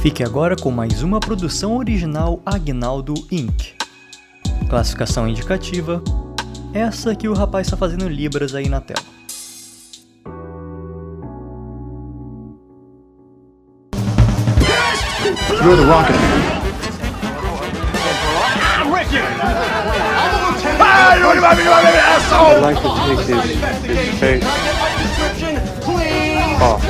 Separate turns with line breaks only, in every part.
Fique agora com mais uma produção original Agnaldo Inc. Classificação indicativa: essa que o rapaz está fazendo libras aí na tela.
You're the rocket man.
I'd like to take this, this face off.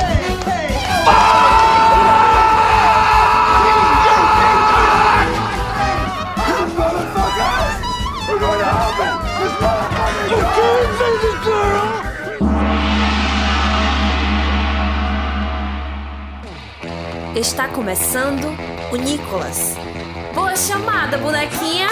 Está começando o Nicolas. Boa chamada, bonequinha!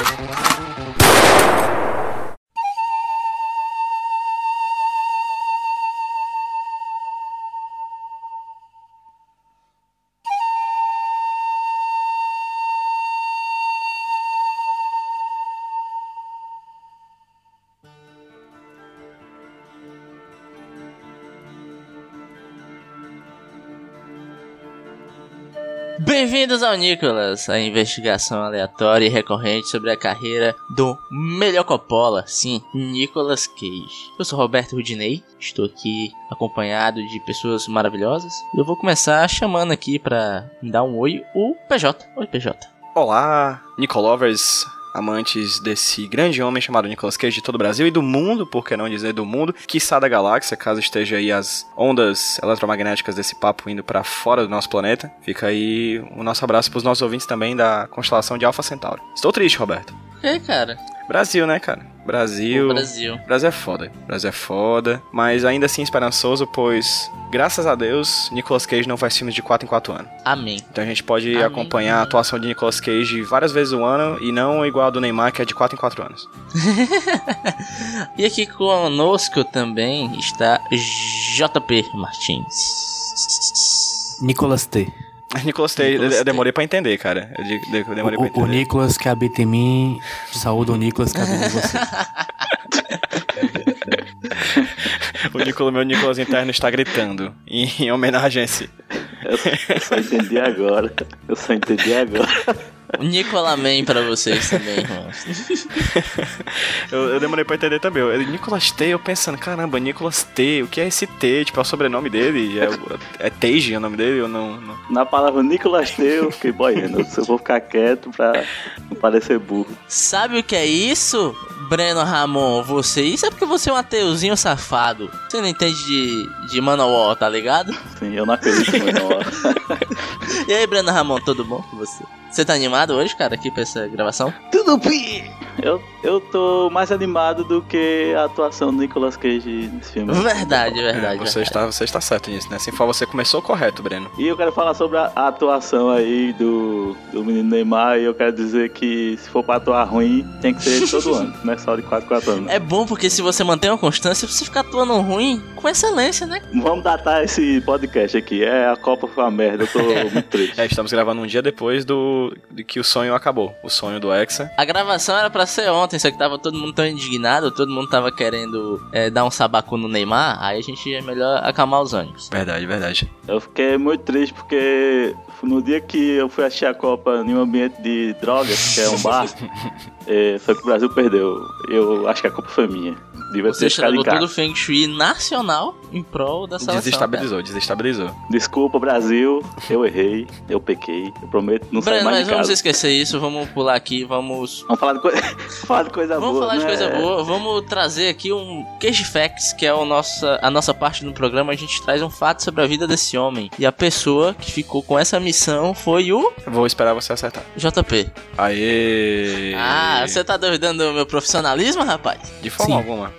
Bem-vindos ao Nicolas, a investigação aleatória e recorrente sobre a carreira do melhor Coppola, sim, Nicolas Cage. Eu sou Roberto Rudinei, estou aqui acompanhado de pessoas maravilhosas. Eu vou começar chamando aqui pra dar um oi o PJ. Oi, PJ.
Olá, Nicolovers, amantes desse grande homem chamado Nicolas Cage de todo o Brasil e do mundo, por que não dizer do mundo, quiçá da galáxia, caso esteja aí as ondas eletromagnéticas desse papo indo pra fora do nosso planeta. Fica aí o nosso abraço pros nossos ouvintes também da constelação de Alpha Centauri. Estou triste, Roberto.
E aí, cara?
Brasil, né, cara? Brasil.
O Brasil.
Brasil é foda. Brasil é foda. Mas ainda assim esperançoso, pois, graças a Deus, Nicolas Cage não faz filmes de 4 em 4 anos.
Amém.
Então a gente pode
Amém.
acompanhar a atuação de Nicolas Cage várias vezes o ano e não igual a do Neymar, que é de 4 em 4 anos.
E aqui conosco também está JP Martins.
Nicolas T.
Nicolas Cage, eu
Nicolas Cage.
demorei pra entender, cara. Eu de- de- eu demorei pra
O, o
entender.
Nicolas que habita em mim. Saúde o Nicolas que habita em você.
O Nicolas, meu Nicolas interno está gritando em, em homenagem a esse.
Eu só entendi agora. Eu só entendi agora.
O Nicolaman pra vocês também, irmãos.
Eu, eu demorei pra entender também. Eu, Nicolas T, eu pensando, caramba, Nicolas T, o que é esse T? Tipo, é o sobrenome dele? É, o- é Tage o nome dele? Eu não, não-
Na palavra Nicolas T, eu fiquei boiando. Se eu vou ficar quieto pra não parecer burro.
Sabe o que é isso, Breno Ramon? Você, isso é porque você é um ateuzinho safado. Você não entende de, de Manowar, tá ligado?
Sim, eu não acredito muito na hora.
E aí, Breno Ramon, tudo bom com você? Você tá animado hoje, cara, aqui pra essa gravação?
Tudo bem! Eu, eu tô mais animado do que a atuação do Nicolas Cage nesse filme.
Verdade,
É,
verdade.
você,
verdade.
está, você está certo nisso, né? Se for, você começou correto, Breno.
E eu quero falar sobre a a atuação aí do, do menino Neymar. E eu quero dizer que se for pra atuar ruim, tem que ser todo ano, não é só de 4 4 anos.
É bom porque se você mantém uma constância, você fica atuando ruim com excelência, né?
Vamos datar esse podcast aqui. É, a Copa foi uma merda, eu tô muito triste.
É, estamos gravando um dia depois do de que o sonho acabou. O sonho do Hexa.
A gravação era pra ser ontem, só que tava todo mundo tão indignado, todo mundo tava querendo é, dar um sabaco no Neymar, aí a gente é melhor acalmar os ânimos.
Verdade, verdade.
Eu fiquei muito triste porque no dia que eu fui assistir a Copa em um ambiente de drogas, que é um bar, é, foi que o Brasil perdeu. Eu acho que a Copa foi minha. Devia
Você
ter ficado em
estragou todo
casa.
o Feng Shui nacional em prol da seleção. cara.
Desestabilizou, desestabilizou.
Desculpa, Brasil. Eu errei, eu pequei. Eu prometo não sair
Breno,
mais
mas
de
vamos
casa.
esquecer isso, vamos pular aqui, vamos.
Vamos falar de, coi- vamos falar de coisa
Vamos
boa.
falar de
né?
coisa boa, vamos trazer aqui um Cage Facts, que é o nossa, a nossa parte do programa. A gente traz um fato sobre a vida desse homem. E a pessoa que ficou com essa missão foi o
Vou esperar você acertar.
JP.
Aê!
Ah, você tá duvidando do meu profissionalismo, rapaz?
De forma
Sim.
alguma.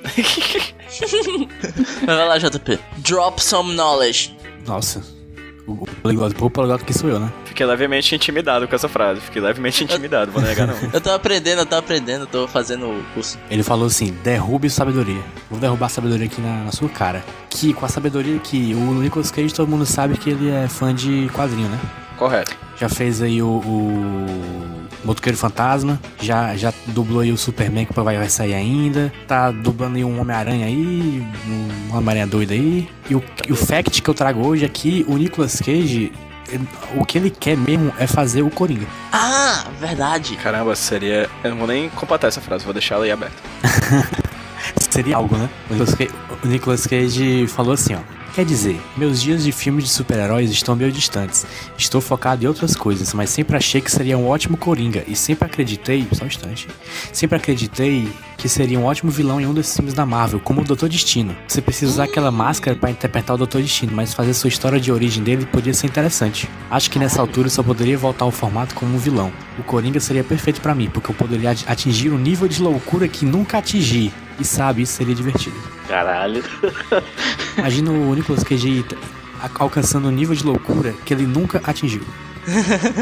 Vai lá, JP. Drop some knowledge.
Nossa. O o ligado pro ligado que sou eu, né?
Fiquei levemente intimidado com essa frase. Fiquei levemente intimidado, vou negar não.
Eu tô aprendendo, eu tô aprendendo, eu tô fazendo o curso.
Ele falou assim: derrube sabedoria. Vou derrubar a sabedoria aqui na, na sua cara. Que com a sabedoria que o Nicolas Cage todo mundo sabe que ele é fã de quadrinho, né?
Correto.
Já fez aí o, o Motoqueiro Fantasma, já, já dublou aí o Superman que vai, vai sair ainda, tá dublando aí um Homem-Aranha aí, um Homem-Aranha doido aí. E o, e o fact que eu trago hoje aqui, o é Nicolas Cage o que ele quer mesmo é fazer o Coringa.
Ah, verdade.
Caramba, seria. Eu não vou nem completar essa frase, vou deixar ela aí aberta.
Seria algo, né? O Nicolas, Cage, o Nicolas Cage falou assim, ó. Quer dizer, meus dias de filmes de super-heróis estão meio distantes. Estou focado em outras coisas, mas sempre achei que seria um ótimo Coringa. E sempre acreditei, só um instante, sempre acreditei que seria um ótimo vilão em um desses filmes da Marvel, como o Doutor Destino. Você precisa usar aquela máscara para interpretar o Doutor Destino, mas fazer sua história de origem dele poderia ser interessante. Acho que nessa altura eu só poderia voltar ao formato como um vilão. O Coringa seria perfeito para mim, porque eu poderia atingir um nível de loucura que nunca atingi. E sabe, isso seria divertido.
Caralho.
Imagina o Nicolas Cage a- alcançando um nível de loucura que ele nunca atingiu.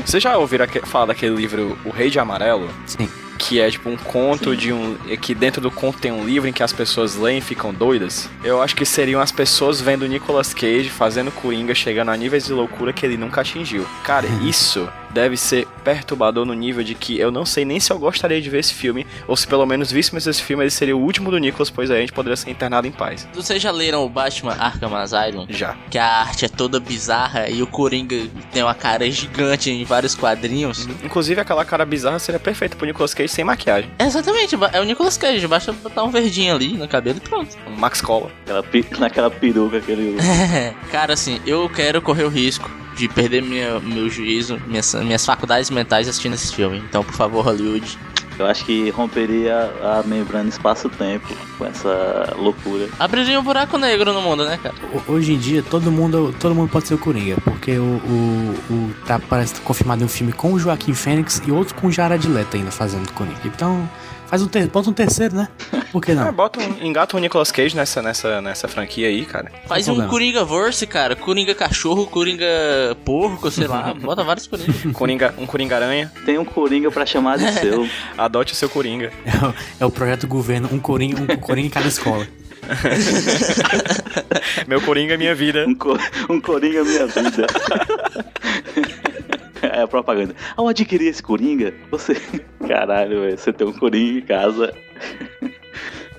Vocês já ouviram aque- falar daquele livro O Rei de Amarelo?
Sim.
Que é tipo um conto de um. é Que dentro do conto tem um livro em que as pessoas leem e ficam doidas. Eu acho que seriam as pessoas vendo o Nicolas Cage fazendo Coringa chegando a níveis de loucura que ele nunca atingiu. Cara, isso deve ser perturbador no nível de que eu não sei nem se eu gostaria de ver esse filme, ou se pelo menos víssemos esse filme, ele seria o último do Nicolas, pois aí a gente poderia ser internado em paz.
Vocês já leram o Batman Arkham Asylum?
Já.
Que a arte é toda bizarra e o Coringa tem uma cara gigante em vários quadrinhos.
Inclusive, aquela cara bizarra seria perfeita pro Nicolas Cage sem maquiagem.
É exatamente, é o Nicolas Cage, basta botar um verdinho ali no cabelo e pronto.
Um Max Collar.
Aquela pi- naquela peruca que ele usa.
Cara, assim, eu quero correr o risco de perder minha- meu juízo, minhas, minhas faculdades mentais assistindo esse filme. Então, por favor, Hollywood,
Eu acho que romperia a membrana espaço-tempo com essa loucura.
abriria um buraco negro no mundo, né, cara?
O- Hoje em dia todo mundo, todo mundo pode ser o Coringa, porque o, o, o- tá parece confirmado um filme com o Joaquim Fênix e outro com o Jared Leto ainda fazendo Coringa. Então, faz um ter, bota um terceiro, né? Por que
É,
não?
bota um, engata o Nicolas Cage nessa, nessa, nessa franquia aí, cara.
Faz
Qual o
um
problema?
Coringa Verse, cara. Coringa cachorro, Coringa porco, sei lá. Bota vários Coringas.
Coringa, um Coringa-aranha,
Tem um coringa pra chamar de seu.
adote o seu Coringa.
É o, é o projeto governo, um Coringa, um Coringa em cada escola.
Meu Coringa é minha vida.
Um, co- um coringa minha vida. É a propaganda. Ao adquirir esse coringa, você. Caralho, velho, você tem um coringa em casa.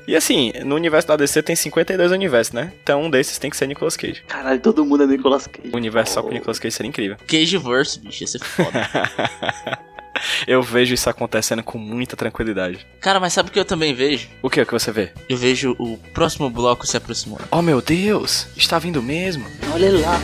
E assim, no universo da DC tem 52 universos, né? Então um desses tem que ser Nicolas Cage.
Caralho, todo mundo é Nicolas Cage.
O universo só com Nicolas Cage seria incrível.
Cage Verse, bicho, ia ser foda.
Eu vejo isso acontecendo com muita tranquilidade.
Cara, mas sabe o que eu também vejo?
O que é que você vê?
Eu vejo o próximo bloco se aproximando.
Oh meu Deus, está vindo mesmo.
Olha lá.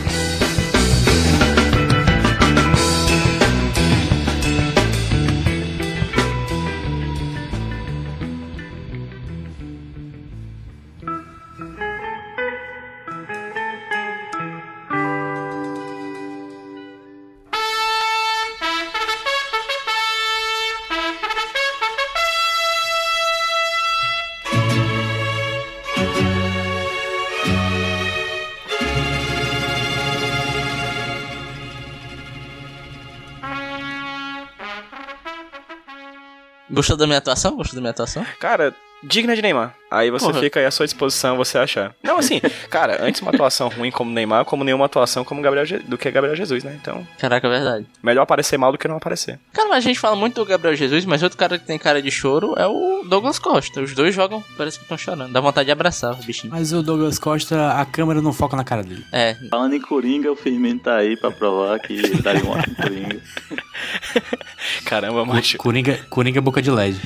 Gostou da minha atuação? Gostou da minha atuação?
Cara, digna de Neymar. Aí você
Porra.
fica aí à sua disposição, você achar. Não, assim, cara, antes uma atuação ruim como Neymar, como nenhuma atuação como Gabriel Je- do que Gabriel Jesus, né? Então,
Caraca, é verdade.
melhor aparecer mal do que não aparecer.
Cara, mas a gente fala muito do Gabriel Jesus, mas outro cara que tem cara de choro é o Douglas Costa. Os dois jogam, parece que estão chorando. Dá vontade de abraçar os bichinhos.
Mas o Douglas Costa, a câmera não foca na cara dele.
É,
Falando em coringa, o Firmino tá aí pra provar que ele daria um ótimo coringa.
Caramba, macho.
Coringa, Coringa é boca de LED.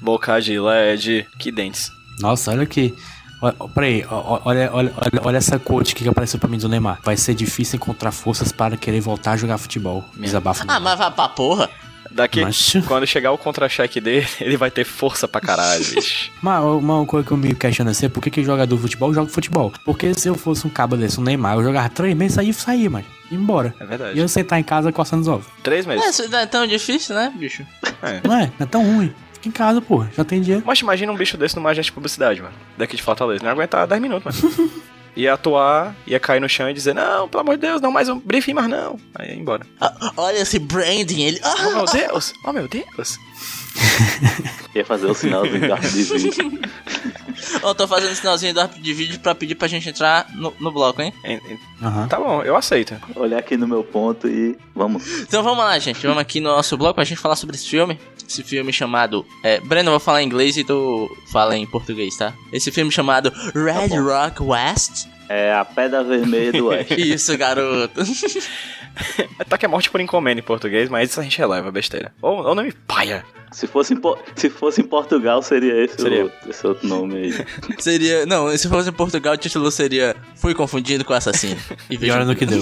Boca de LED, que dentes.
Nossa, olha aqui. Ó- ó, Peraí, ó- ó, olha, olha, olha, olha essa coach que apareceu pra mim do Neymar. Vai ser difícil encontrar forças para querer voltar a jogar futebol. Desabafa.
Ah, mas vai pra porra.
Daqui,
Macho.
quando chegar o contra-cheque dele, ele vai ter força pra caralho, bicho.
Mas uma coisa que eu me questiono assim é por que, que jogador de futebol joga futebol? Porque se eu fosse um cabo desse, um Neymar, eu jogava três meses, saía, saía, mano. Ia embora.
É verdade.
E eu sentar em casa coçando os ovos.
Três
É,
meses.
isso não é tão difícil, né, bicho?
Não é? Não é tão ruim. Fica em casa, porra. Já tem
É.
dinheiro.
Mas imagina um bicho desse numa agência de publicidade, mano. Daqui de Fortaleza. Não ia aguentar 10 minutos, mano. Ia atuar, ia cair no chão e dizer, não, pelo amor de Deus, não mais um briefing, mas não. Aí ia embora.
Ah, olha esse branding, ele.
Oh
Ah,
meu Deus! Oh meu Deus!
Ia fazer o sinal do carro de vídeo.
eu tô fazendo um sinalzinho do árbitro de vídeo pra pedir pra gente entrar no, no bloco, hein?
En- en-
Aham.
Tá bom, eu aceito.
Olhar aqui no meu ponto e vamos.
Então vamos lá, gente. Vamos aqui no nosso bloco pra gente falar sobre esse filme. Esse filme chamado. É, Breno, eu vou Tá falar em inglês e tu fala em português, tá? Esse filme chamado Red Rock West.
É a Pedra Vermelha do Oeste.
Isso, garoto.
Ataque é morte por encomenda em português, mas isso a gente releva, besteira. Ou, ou nome paia.
Se fosse, em Po- se fosse em Portugal, seria esse,
Seria.
Outro, esse outro nome aí.
seria. Não, se fosse em Portugal, o título seria Fui confundido com assassino. E
E
veja-
olha no que deu.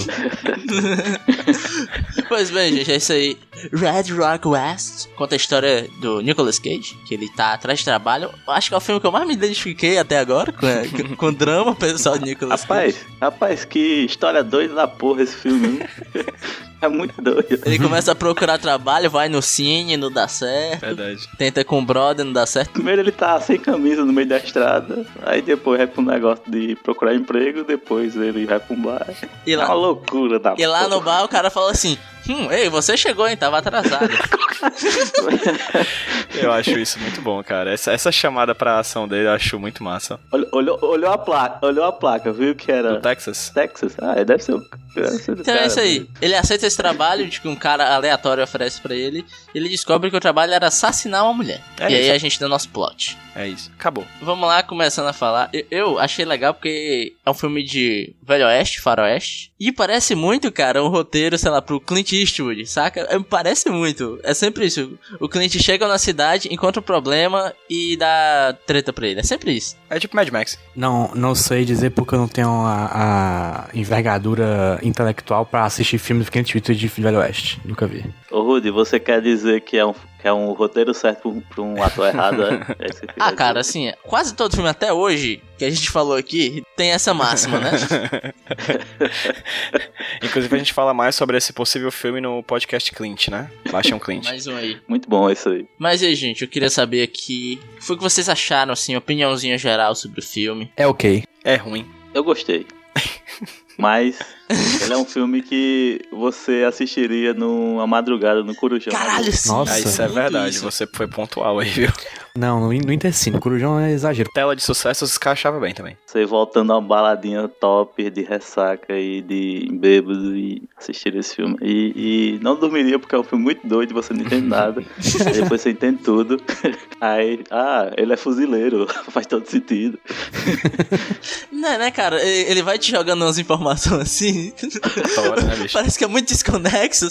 Pois bem, gente, é isso aí. Red Rock West conta a história do Nicolas Cage, que ele tá atrás de trabalho. Acho que é o filme que eu mais me identifiquei até agora com, com, com o drama pessoal de Nicolas Cage.
Rapaz, rapaz, que história doida da porra esse filme. hein? é muito doido.
Ele começa a procurar trabalho, vai no cine, não dá certo.
Verdade.
Tenta com o brother, não dá certo.
Primeiro ele tá sem camisa no meio da estrada, aí depois vai pro negócio de procurar emprego, depois ele vai pra um bar.
E
É uma
lá,
loucura da
e lá no
porra.
bar o cara fala assim: Hum, ei, você chegou, hein? Tava atrasado.
Eu acho isso muito bom, cara. Essa, essa chamada pra ação dele eu acho muito massa.
Olhou, olhou, olhou a placa, olhou a placa, viu que
Do
Tá.
era
Texas?
Texas? Ah, é, deve ser o. deve ser do
Então é
cara,
isso aí. Ele aceita esse trabalho de que um cara aleatório oferece pra ele. E ele descobre que o trabalho era assassinar uma mulher.
É
e aí
isso.
a gente deu nosso plot.
É isso. Acabou.
Vamos lá, começando a falar. Eu, eu achei legal porque é um filme de Velho Oeste, Faroeste. E parece muito, cara, um roteiro, sei lá, pro Clint Eastwood, saca? É, parece muito. É sempre isso. O Clint chega na cidade, encontra o problema e dá treta pra ele. É sempre isso.
É tipo Mad Max.
Não, não sei dizer porque eu não tenho a, a envergadura intelectual pra assistir filmes que Twitter de Velho Oeste. Nunca vi.
Ô Rudy, você quer dizer que é um, que é um roteiro certo pra um- pra um ator errado? é? É isso que
Ah,
quer
cara,
dizer.
assim, quase todo filme até hoje que a gente falou aqui tem essa máxima, né?
Inclusive a gente fala mais sobre esse possível filme no podcast Clint, né? Baixa um Clint.
Mais um aí.
Muito bom isso aí.
Mas e aí, gente, eu queria saber aqui. O que foi que vocês acharam, assim, opiniãozinha geral sobre o filme?
É ok.
É ruim.
Eu gostei. Mas ele é um filme que você assistiria numa madrugada no Corujão.
Caralho, sim.
Nossa.
Aí isso é
muito
verdade,
isso.
você foi pontual aí, viu?
Não, no, no Intercine. Corujão é exagero.
Tela de sucesso os caras achavam bem também.
Você voltando a uma baladinha top de ressaca e de bêbado e assistir esse filme. E, e não dormiria porque é um filme muito doido, você não entende nada. Aí Depois você entende tudo. Aí, ah, ele é fuzileiro, faz todo sentido.
Né, né, cara? E- Ele vai te jogando umas informações assim.
Fora, né, bicho?
Parece que é muito desconexo.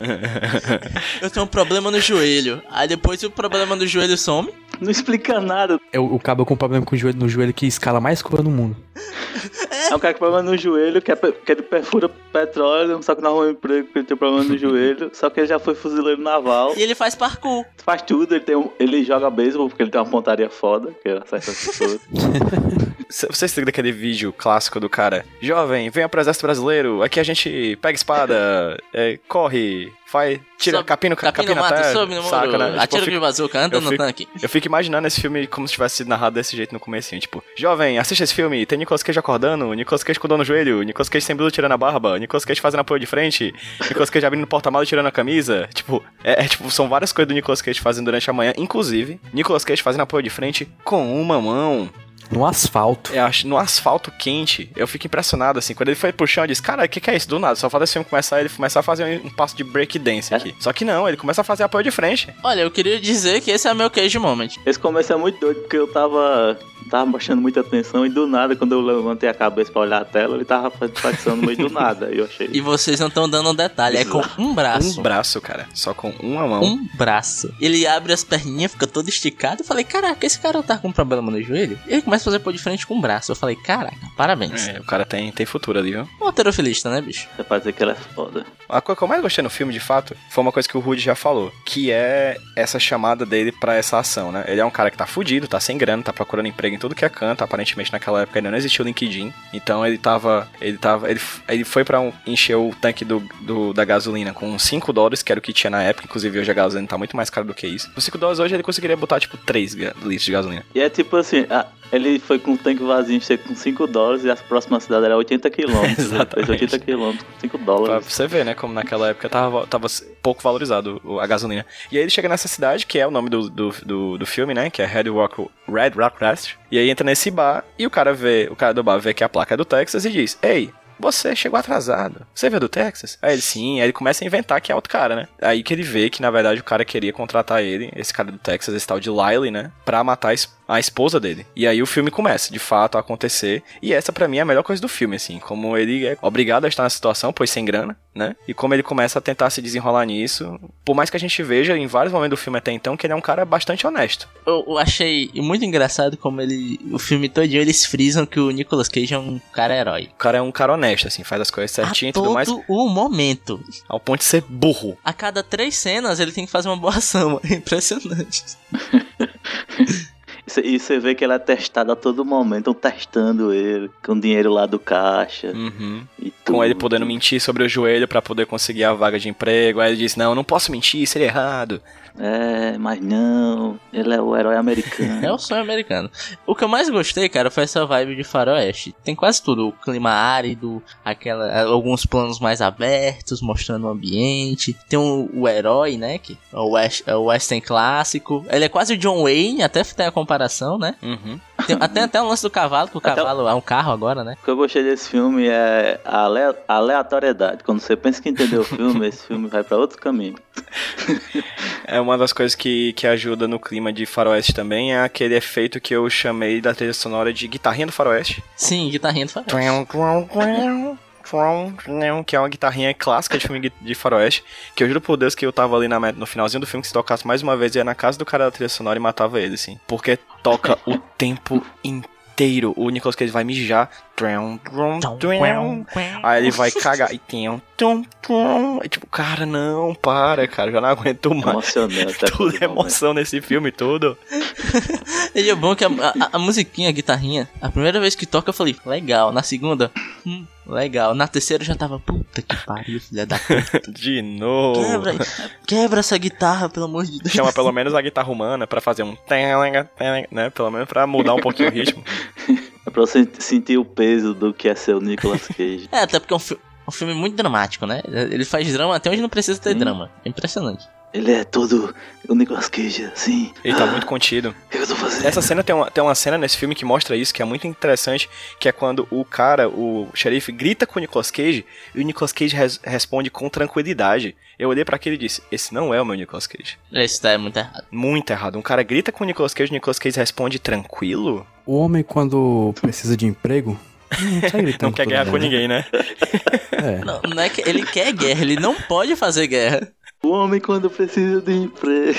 Eu tenho um problema no joelho. Aí depois o problema do joelho some.
Não explica nada.
É o, o cabo com problema com o joelho no joelho que escala mais curva no mundo.
É um cara com problema no joelho, que, é, pe- que ele perfura petróleo, só que não arruma emprego porque ele tem problema no joelho. Só que ele já foi fuzileiro naval.
E ele faz parkour.
Faz tudo, ele, tem um- ele joga beisebol porque ele tem uma pontaria foda, que é ele acerta as pessoas.
C- Vocês se ligam daquele vídeo clássico do cara? Jovem, venha pro exército brasileiro, aqui a gente pega espada, é, corre, faz, tira
Sobe-
capim no, ca-
Capim no
na
mato,
terra,
sobe no
saca,
muro.
né? Tipo, eu
atira
fico-
de bazuca, anda
eu
no
fico-
tanque.
Eu fico imaginando esse filme como se tivesse sido narrado desse jeito no comecinho, tipo, jovem, assiste esse filme, tem Nicolas Cage acordando, Nicolas Cage com dor no joelho, Nicolas Cage sem blusa tirando a barba, Nicolas Cage fazendo apoio de frente, Nicolas Cage abrindo o porta-malas e tirando a camisa, tipo, é, é, tipo, são várias coisas do Nicolas Cage fazendo durante a manhã, inclusive, Nicolas Cage fazendo apoio de frente com uma mão,
No asfalto.
eu acho, no asfalto quente, eu fico impressionado, assim, quando ele foi pro chão, eu disse, cara, o que que é isso, do nada, só falta esse filme começar, ele começar a fazer um, um passo de break dance aqui, só que não, ele começa a fazer apoio de frente,
Olha, eu queria dizer que esse é meu queijo moment.
Esse começo é muito doido porque eu tava, tava prestando muita atenção e do nada, quando eu levantei a cabeça pra olhar a tela, ele tava fazendo no meio do nada. E eu achei.
E vocês não estão dando um detalhe, é com um braço.
um braço, cara, só com uma mão.
Um braço. Ele abre as perninhas, fica todo esticado. Eu falei, caraca, esse cara tá com problema no joelho? Ele começa a fazer pôr de frente com o braço. Eu falei, caraca, parabéns.
É, o cara tem, tem futuro ali, viu?
Um alterofilista, né, bicho?
Você pode dizer que ele é foda.
A coisa que eu mais gostei no filme, de fato, foi uma coisa que o Rudy já falou, que é essa chamada dele pra essa ação, né? Ele é um cara que tá fudido, tá sem grana, tá procurando emprego em tudo que é canto, aparentemente naquela época ainda não existia o LinkedIn, então ele tava, ele tava, ele, f- ele foi pra um- encher o tanque do, do- da gasolina com 5 dólares, que era o que tinha na época, inclusive hoje a gasolina tá muito mais cara do que isso. Com 5 dólares hoje ele conseguiria botar, tipo, 3 litros de gasolina.
E é tipo assim, a- ele foi com um tanque vazio, chega com 5 dólares e a próxima cidade era 80 quilômetros. Ele fez
Exatamente.
80 quilômetros com 5
Pra
dólares.
você ver, né, como naquela época tava, tava pouco valorizado o- a gasolina. E aí ele chega nessa cidade, que é o nome do, do, do, do filme, né, que é Red Rock, Red Rock Rest. E aí entra nesse bar, e o cara vê, o cara do bar vê que a placa é do Texas e diz, ei... Você chegou atrasado. Você veio do Texas? Aí ele sim, aí ele começa a inventar que é outro cara, né? Aí que ele vê que, na verdade, o cara queria contratar ele, esse cara do Texas, esse tal de Lyle, né? Pra matar a es- a esposa dele. E aí o filme começa, de fato, a acontecer. E essa pra mim é a melhor coisa do filme, assim, como ele é obrigado a estar na situação, pois sem grana, né? E como ele começa a tentar se desenrolar nisso, por mais que a gente veja em vários momentos do filme até então que ele é um cara bastante honesto.
Eu, eu achei muito engraçado como ele. O filme todinho eles frisam que o Nicolas Cage é um cara herói.
O cara é um cara honesto, assim, faz as coisas certinho
a
e tudo mais,
todo o momento.
ao ponto de ser burro.
A cada três cenas ele tem que fazer uma boa ação. É impressionante.
E cê- E você vê que ele é testado a todo momento, estão testando ele, com o dinheiro lá do caixa.
Uhum.
e
Com
tudo.
ele podendo mentir sobre o joelho pra poder conseguir a vaga de emprego. Aí ele diz: Não, eu não posso mentir, seria errado.
É, mas não, ele é o herói americano.
É o sonho americano. O que eu mais gostei, cara, foi essa vibe de faroeste. Tem quase tudo. O clima árido, aquela, alguns planos mais abertos, mostrando o ambiente. Tem o, o herói, né? Que é o, West, é o western clássico. Ele é quase o John Wayne, até tem a comparação, né?
Uhum.
Tem, até, até o lance do cavalo, que o
Até o-
cavalo é um carro agora, né?
O que eu gostei desse filme é a ale- a aleatoriedade. Quando você pensa que entendeu o filme, esse filme vai pra outro caminho.
É uma das coisas que, que ajuda no clima de faroeste também é aquele efeito que eu chamei da trilha sonora de guitarrinha do faroeste.
Sim, guitarrinha do faroeste.
Que é uma guitarrinha clássica de filme de faroeste. Que eu juro por Deus que eu tava ali na met- no finalzinho do filme que se tocasse mais uma vez, ia na casa do cara da trilha sonora e matava ele, assim. Porque toca o tempo inteiro. O Nicolas Cage vai mijar. Aí ele vai cagar. E tem um. tum, tum. E tipo, cara, não, para, cara. Já não aguento mais.
Emocionante. até
Tudo
todo
é emoção nesse filme, tudo.
E é bom que a, a- a musiquinha, a guitarrinha, a primeira vez que toca eu falei, legal. Na segunda, hum, legal. Na terceira eu já tava, puta que pariu, filha da
De novo.
Quebra, quebra essa guitarra, pelo amor de Deus.
Chama pelo menos a guitarra humana pra fazer um. telenga, telenga, né? Pelo menos pra mudar um pouquinho o ritmo.
momento. É pra você sentir o peso do que é ser o Nicolas Cage.
É, até porque é um, fi- um filme muito dramático, né? Ele faz drama até onde não precisa ter
Sim.
drama. É impressionante.
Ele é todo o Nicolas Cage, assim.
Ele tá muito contido.
O que eu tô fazendo?
Essa cena tem uma, tem uma cena nesse filme que mostra isso, que é muito interessante, que é quando o cara, o xerife, grita com o Nicolas Cage e o Nicolas Cage res- responde com tranquilidade. Eu olhei pra aquele e disse: Esse não é o meu Nicolas Cage.
Isso tá muito errado.
Muito errado. Um cara grita com o Nicolas Cage, o Nicolas Cage responde tranquilo?
O homem, quando precisa de emprego, não sai gritando
Não quer
todo
guerra com
mundo,
ninguém, né?
né? É.
Não, não é que ele quer guerra, ele não pode fazer guerra.
O homem quando precisa de emprego.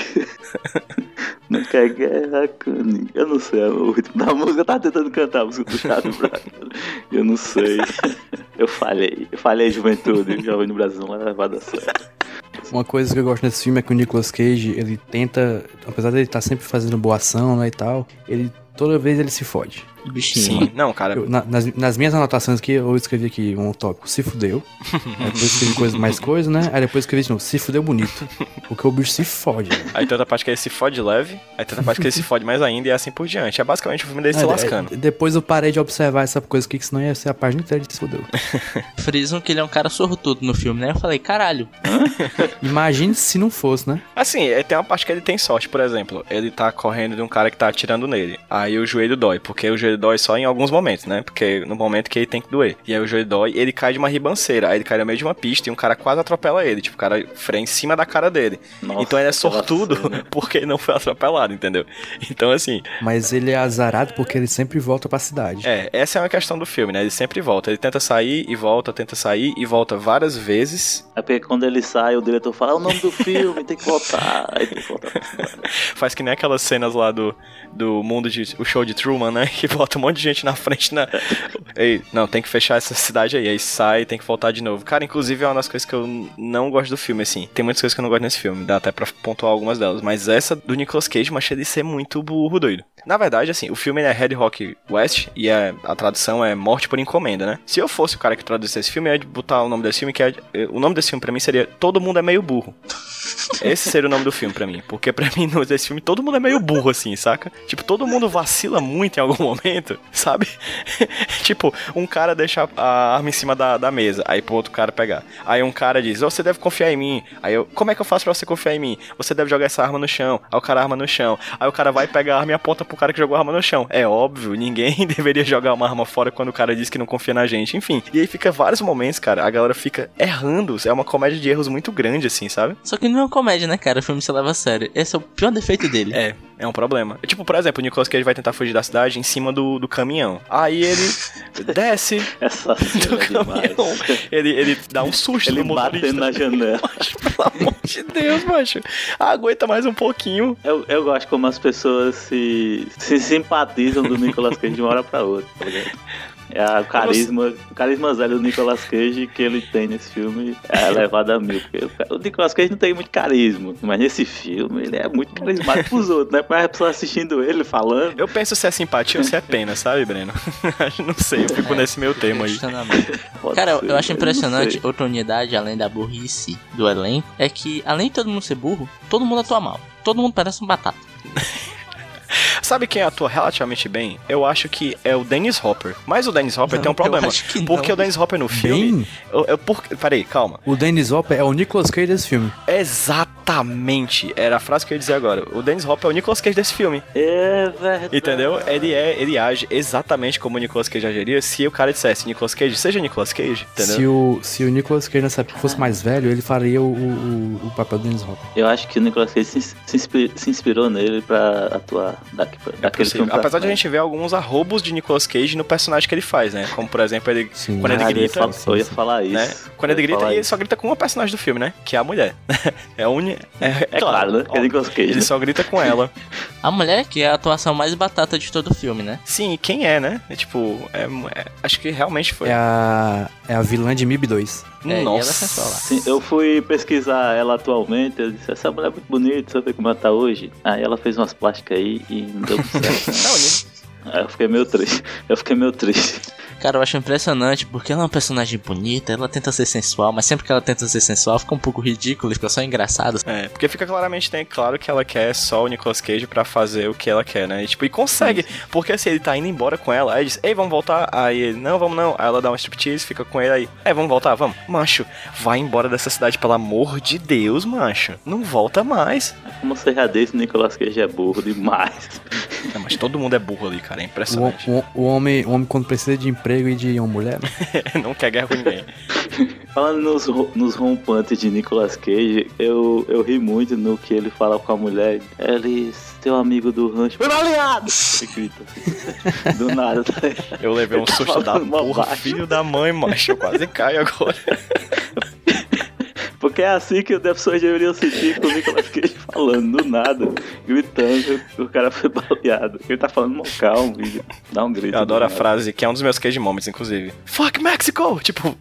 Não quer guerra com ninguém. Eu não sei é o ritmo da música. Eu tava tentando cantar a música do Charlie Brown. Eu não sei. Eu falhei. Eu falhei, juventude. Jovem no Brasil não é levado a sério.
Uma coisa que eu gosto nesse filme é que o Nicolas Cage, ele tenta, apesar de ele estar sempre fazendo boa ação né, e tal, ele toda vez ele se fode.
Bichinho.
Sim. Não, cara.
Eu- na- nas, nas minhas anotações aqui, eu escrevi aqui um tópico, se fudeu. Aí depois escrevi coisa, mais coisa, né? Aí depois escrevi de novo, se fudeu bonito. Porque o bicho se fode. né?
Aí tem outra parte que ele se fode leve, aí tem outra parte que ele se fode mais ainda e assim por diante. É basicamente o filme dele se
Ah,
lascando.
é- Depois eu parei de observar essa coisa aqui, que senão ia ser a página inteira de se fudeu.
Frisam que ele é um cara sortudo no filme, né? Eu falei, caralho.
Imagine se não fosse, né?
Assim, é, tem uma parte que ele tem sorte, por exemplo. Ele tá correndo de um cara que tá atirando nele. Aí o joelho dói, porque o joelho dói só em alguns momentos, né? Porque no momento que ele tem que doer. E aí o joelho dói, ele cai de uma ribanceira. Aí ele cai no meio de uma pista e um cara quase atropela ele. Tipo, o cara freia em cima da cara dele.
Nossa,
então ele é
aquela
sortudo
cena.
porque ele não foi atropelado, entendeu? Então, assim,
Mas ele é azarado porque ele sempre volta pra cidade.
é, essa é uma questão do filme, né? Ele sempre volta. Ele tenta sair e volta, tenta sair e volta várias vezes.
É porque quando ele sai, o diretor fala "Ah, o nome do filme, tem que voltar. Aí tem que voltar. pra cidade.
Faz que nem aquelas cenas lá do, do mundo de. O show de Truman, né? Que bota um monte de gente na frente na. Ei, não, tem que fechar essa cidade aí. Aí sai tem que voltar de novo. Cara, inclusive é uma das coisas que eu n- não gosto do filme, assim. Tem muitas coisas que eu não gosto nesse filme, dá até pra pontuar algumas delas. Mas essa do Nicolas Cage, eu achei ele ser muito burro doido. Na verdade, assim, o filme ele é Red Rock West e é- a tradução é Morte por Encomenda, né? Se eu fosse o cara que traduzisse esse filme, eu ia botar o nome desse filme, que é, o nome desse filme pra mim seria Todo Mundo é Meio Burro. Esse seria o nome do filme pra mim. Porque pra mim, no- nesse filme, todo mundo é meio burro, assim, saca? Tipo, todo mundo vacila muito em algum momento, sabe? tipo, um cara deixa a arma em cima da, da mesa, aí pro outro cara pegar. Aí um cara diz, "Ô, você deve confiar em mim. Aí eu, como é que eu faço pra você confiar em mim? Você deve jogar essa arma no chão. Aí o cara arma no chão. Aí o cara vai pegar a arma e aponta pro cara que jogou a arma no chão. É óbvio, ninguém deveria jogar uma arma fora quando o cara diz que não confia na gente. Enfim, e aí fica vários momentos, cara, a galera fica errando. É uma comédia de erros muito grande, assim, sabe?
Só que não é uma comédia, né, cara? O filme se leva a sério. Esse é o pior defeito dele.
É, é um problema. Tipo, por exemplo, o Nicolas Cage vai tentar fugir da cidade em cima do, do caminhão. Aí ele desce
Essa
do
cena é demais.
caminhão. Ele, ele dá um susto
Ele
no motorista.
batendo na janela.
Macho, pelo amor de Deus, macho. Aguenta mais um pouquinho.
Eu, eu gosto como as pessoas se, se simpatizam do Nicolas Cage de uma hora pra outra, tá ligado? É a- o carisma, o carisma zero do Nicolas Cage que ele tem nesse filme é elevado a mil. Porque o ca- o Nicolas Cage não tem muito carisma, mas nesse filme ele é muito carismático pros outros, né? Mas a pessoa assistindo ele falando.
Eu penso se é simpatia ou se é pena, sabe, Breno? não sei, eu fico
É,
nesse meio termo aí.
Questionamento.
pode
Cara, eu-
ser,
eu acho
mas
impressionante
não
outra unidade, além da burrice do elenco, é que, além de todo mundo ser burro, todo mundo atua mal. Todo mundo parece um batata.
Sabe quem atua relativamente bem? Eu acho que é o Dennis Hopper. Mas o Dennis Hopper
Não,
tem um
eu
problema.
acho que não.
porque o Dennis Hopper no filme.
Bem,
Eu, eu- por- peraí, calma.
o Dennis Hopper é o Nicolas Cage desse filme.
Exatamente. Era a frase que eu ia dizer agora. O Dennis Hopper é o Nicolas Cage desse filme.
sei. É, verdade.
Entendeu? Ele é, ele age exatamente como o Nicolas Cage agiria se o cara dissesse Nicolas Cage, seja Nicolas Cage, entendeu?
Se o, se o Nicolas Cage nessa época fosse mais velho, ele faria o, o, o papel do Dennis Hopper.
Eu acho que o Nicolas Cage se, ins- se inspi- se inspirou nele pra atuar daqui, pra-
É
daquele
possível.
filme. pra
Apesar de a
frente.
gente ver alguns arrobos de Nicolas Cage no personagem que ele faz, né? Como, por exemplo, ele.
Sim.
Quando ele
Cara, eu ia
grita,
falar- eu ia falar
Né?
isso.
Quando ele
Eu ia
grita,
falar
ele
isso.
só grita com uma personagem do filme, né? Que é a mulher. É a única.
É claro, né? Que é Nicolas Cage.
Ele
né?
só grita com ela.
A mulher que é a atuação mais batata de todo o filme, né?
Sim, e quem é, né? É tipo, é- é- acho que realmente foi.
É a, é a vilã de MIB 2.
É, e ela
Nossa.
sem falar.
Sim, assim, eu fui pesquisar ela atualmente, eu disse, essa mulher é muito bonita, deixa eu ver como ela tá hoje. Aí ela fez umas plásticas aí e não deu muito certo.
Não, ele-
aí eu fiquei meio triste. Eu fiquei meio triste.
Cara, eu acho impressionante porque ela é uma personagem bonita, ela tenta ser sensual, mas sempre que ela tenta ser sensual fica um pouco ridículo, fica só engraçado.
é, porque fica claramente né, claro que ela quer só o Nicolas Cage pra fazer o que ela quer, né? E, tipo, e consegue. Porque assim, ele tá indo embora com ela, aí diz, ei, vamos voltar. Aí ele, não, vamos não. Aí ela dá um striptease, fica com ele aí. É, vamos voltar, vamos. Macho, vai embora dessa cidade, pelo amor de Deus, macho. Não volta mais.
Como você já disse, o Nicolas Cage é burro demais.
É, mas todo mundo é burro ali, cara. É
O,
impressionante.
o, o, homem, o homem, quando precisa de emprego e de uma mulher, né?
não quer guerra com ninguém.
Falando nos, ro- nos rompantes de Nicolas Cage, eu, eu ri muito no que ele fala com a mulher. Ele, teu amigo do rancho. Meu aliado! Ele grita assim. Do nada, tá ligado?
Eu levei um
Ele tá
susto da
falando uma
porra,
baixa.
filho da mãe, macho. Eu quase caio agora.
Porque é assim que as pessoas deveriam sentir com o Nicolas Cage falando, do nada, gritando que o cara foi baleado. Ele tá falando mal calmo, e dá um grito.
Eu adoro a
do nada.
frase, que é um dos meus cage moments, inclusive. Fuck Mexico! Tipo,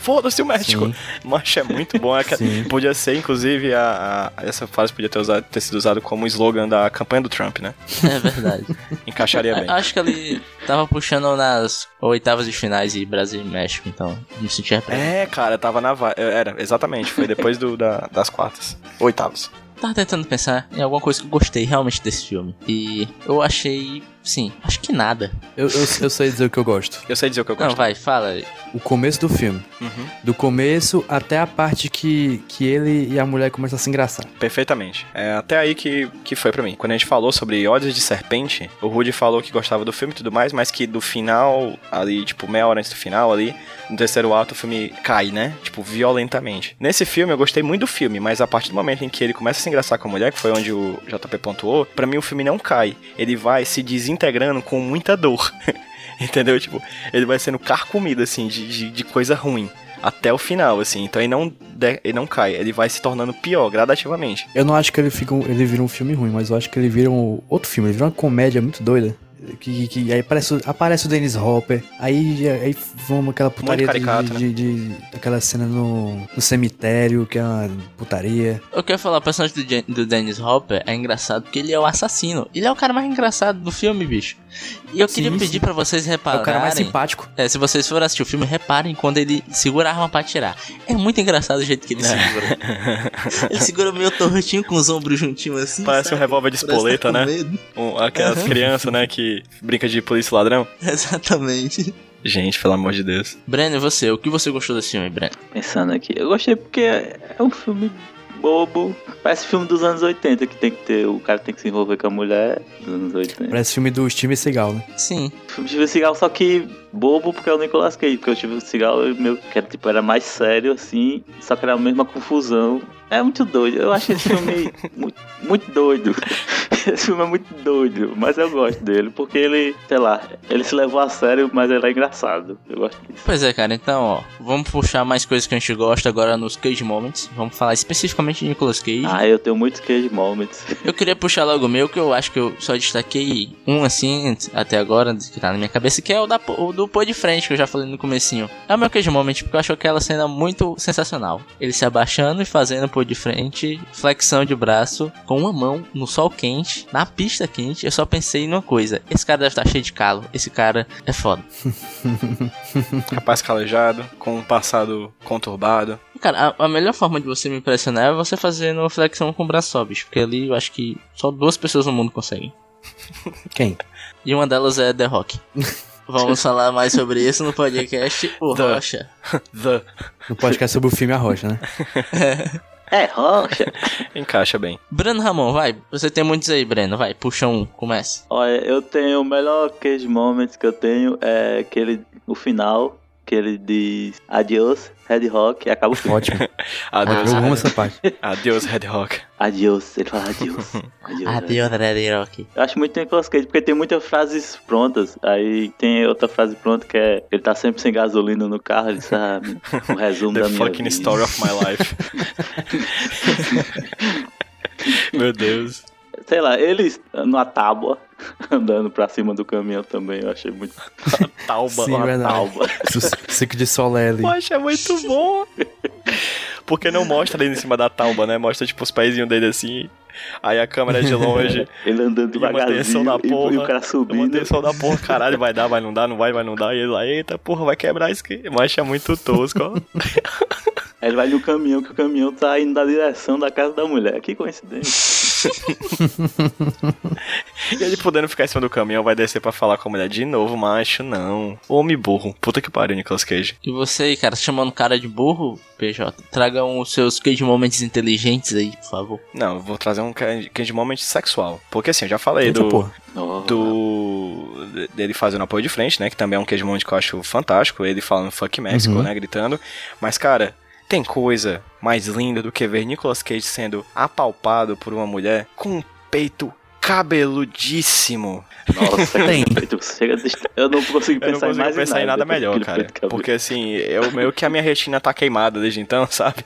foda-se o México.
Sim.
Mas é muito bom. é que-
Sim.
podia ser, inclusive, a, a- essa frase podia ter, usado- ter sido usada como slogan da campanha do Trump, né?
É verdade.
Encaixaria É bem.
Eu acho que ele tava puxando nas oitavas de finais de Brasil e México, então me senti arrependido.
É, cara, tava na. va- Era, exatamente. Foi depois do, da- das quartas. Oitavas.
Tava tentando pensar em alguma coisa que eu gostei realmente desse filme. E eu achei, sim, acho que nada.
eu, eu, eu sei dizer o que eu gosto.
Eu sei dizer o que eu
Não,
gosto.
vai, fala.
O começo do filme.
Uhum.
Do começo até a parte que, que ele e a mulher começam a se engraçar.
Perfeitamente. É até aí que, que foi pra mim. Quando a gente falou sobre Olhos de Serpente, o Rudy falou que gostava do filme e tudo mais, mas que do final, ali, tipo, meia hora antes do final, ali, no terceiro ato, o filme cai, né? Tipo, violentamente. Nesse filme, eu gostei muito do filme, mas a partir do momento em que ele começa a se engraçar com a mulher, que foi onde o JP pontuou, pra mim o filme não cai. Ele vai se desintegrando com muita dor. Entendeu? Tipo, ele vai sendo carcomido, assim, de, de, de coisa ruim. Até o final, assim. Então ele não, de- ele não cai. Ele vai se tornando pior, gradativamente.
Eu não acho que ele, fica um- ele vira um filme ruim, mas eu acho que ele vira um outro filme. Ele vira uma comédia muito doida. Que, que- que- aí aparece, o- aparece o Dennis Hopper. Aí, aí vamos aquela putaria de-
caricato,
de, de- de- Aquela cena no, no cemitério, que é uma putaria.
Eu quero falar, o personagem do, Jan- do Dennis Hopper é engraçado porque ele é o assassino. Ele é o cara mais engraçado do filme, bicho. E eu queria
Sim,
pedir
sim.
pra vocês
É o cara mais
repararem.
simpático.
É, se vocês forem assistir o filme, reparem quando ele segura a arma pra atirar. É muito engraçado o jeito que
É.
ele segura. ele segura meio tortinho com os ombros juntinhos assim.
é
Parece um
sabe?
revólver de
Parece que tá
espoleta,
com
né?
medo.
Um- aquelas
Aham.
crianças, né, que brinca de polícia e ladrão.
Exatamente.
Gente, pelo amor de Deus.
Breno, e você? O que você gostou desse filme, Breno?
Pensando aqui, eu gostei porque é um filme bobo. Parece filme dos anos 80 que tem que ter. O cara tem que se envolver com a mulher dos anos 80.
Parece filme do Steven Seagal, né?
Sim.
Filme de Steven Seagal, só que bobo porque é o Nicolas Cage. Porque o Steven Seagal, meu, que era, tipo, era mais sério assim, só que era a mesma confusão É muito doido. Eu acho esse filme muito, muito doido. Esse filme é muito doido, mas eu gosto dele, porque ele, sei lá, ele se levou a sério, mas ele é engraçado. Eu gosto disso.
Pois é, cara, então, ó, vamos puxar mais coisas que a gente gosta agora nos Cage Moments. Vamos falar especificamente de Nicolas Cage.
Ah, eu tenho muitos cage moments.
Eu queria puxar logo o meu, que eu acho que eu só destaquei um assim até agora, que tá na minha cabeça, que é o, da, o do Pô de Frente, que eu já falei no comecinho. É o meu queijo moment, porque eu acho aquela cena muito sensacional. Ele se abaixando e fazendo Pô de Frente, flexão de braço, com uma mão no sol quente, na pista quente. Eu só pensei numa coisa: esse cara deve estar cheio de calo, esse cara é foda.
Rapaz calejado, com um passado conturbado.
Cara, a, a melhor forma de você me impressionar é você fazendo flexão com o braço só, bicho, porque ali eu acho que só duas pessoas no mundo conseguem.
Quem?
E uma delas é The Rock. Vamos falar mais sobre isso no podcast O
The-
Rocha.
The.
No podcast sobre o filme A Rocha, né?
É rocha.
Encaixa bem.
Breno Ramon, vai. Você tem muitos aí, Breno. Vai, puxa um, começa.
Olha, eu tenho o melhor cage moment que eu tenho é aquele o final que ele diz adios Red Rock e acaba o filme.
Ótimo.
Adeus,
Eu amo
Red,
essa parte.
adeus Red Rock.
Adios, ele fala adios. Adios.
Adeus, Red Rock.
Eu acho muito Nicolas Cage porque tem muitas frases prontas. Aí tem outra frase pronta que é ele tá sempre sem gasolina no carro, ele sabe um resumo
The
da minha
fucking
vida.
story of my life. Meu Deus.
Sei lá, ele numa tábua andando pra cima do caminhão também, eu achei muito
Tauba.
Sim, verdade.
tábua.
Su- Suco de solé ali.
Poxa, é muito bom. Porque não mostra ele em cima da tauba, né? Mostra tipo os pezinhos dele assim. Aí a câmera é de longe.
Ele andando
E a manutenção
devagarzinho
da
e, e o
porra.
cara
Eu
subindo.
mandei só da porra, caralho, vai dar, vai não dar, não vai, vai não dar. E ele lá, eita porra, vai quebrar isso aqui. Mas é muito tosco, ó.
Aí ele vai no caminhão, que o caminhão tá indo na direção da casa da mulher. Que coincidência.
E ele podendo ficar em cima do caminhão, vai descer pra falar com a mulher de novo, macho, não. Homem burro. Puta que pariu, Nicolas Cage.
E você aí, cara, chamando cara de burro, PJ, tragam os seus Cage Moments inteligentes aí, por favor.
Não, eu vou trazer um Cage Moment sexual. Porque assim, eu já falei
Eita,
do.
porra.
Nossa.
do de- dele fazendo apoio de frente, né? Que também é um queijo monte que eu acho fantástico. Ele falando fuck México,
Uhum.
né? Gritando. Mas, cara, tem coisa mais linda do que ver Nicolas Cage sendo apalpado por uma mulher com um peito cabeludíssimo.
Nossa,
Tem.
que peito. Chega de- Eu não consigo
Eu não
pensar em
consigo
mais
pensar em nada melhor,
Aquele
cara.
peito que eu vi.
Porque assim, eu meio que a minha retina tá queimada desde então, sabe?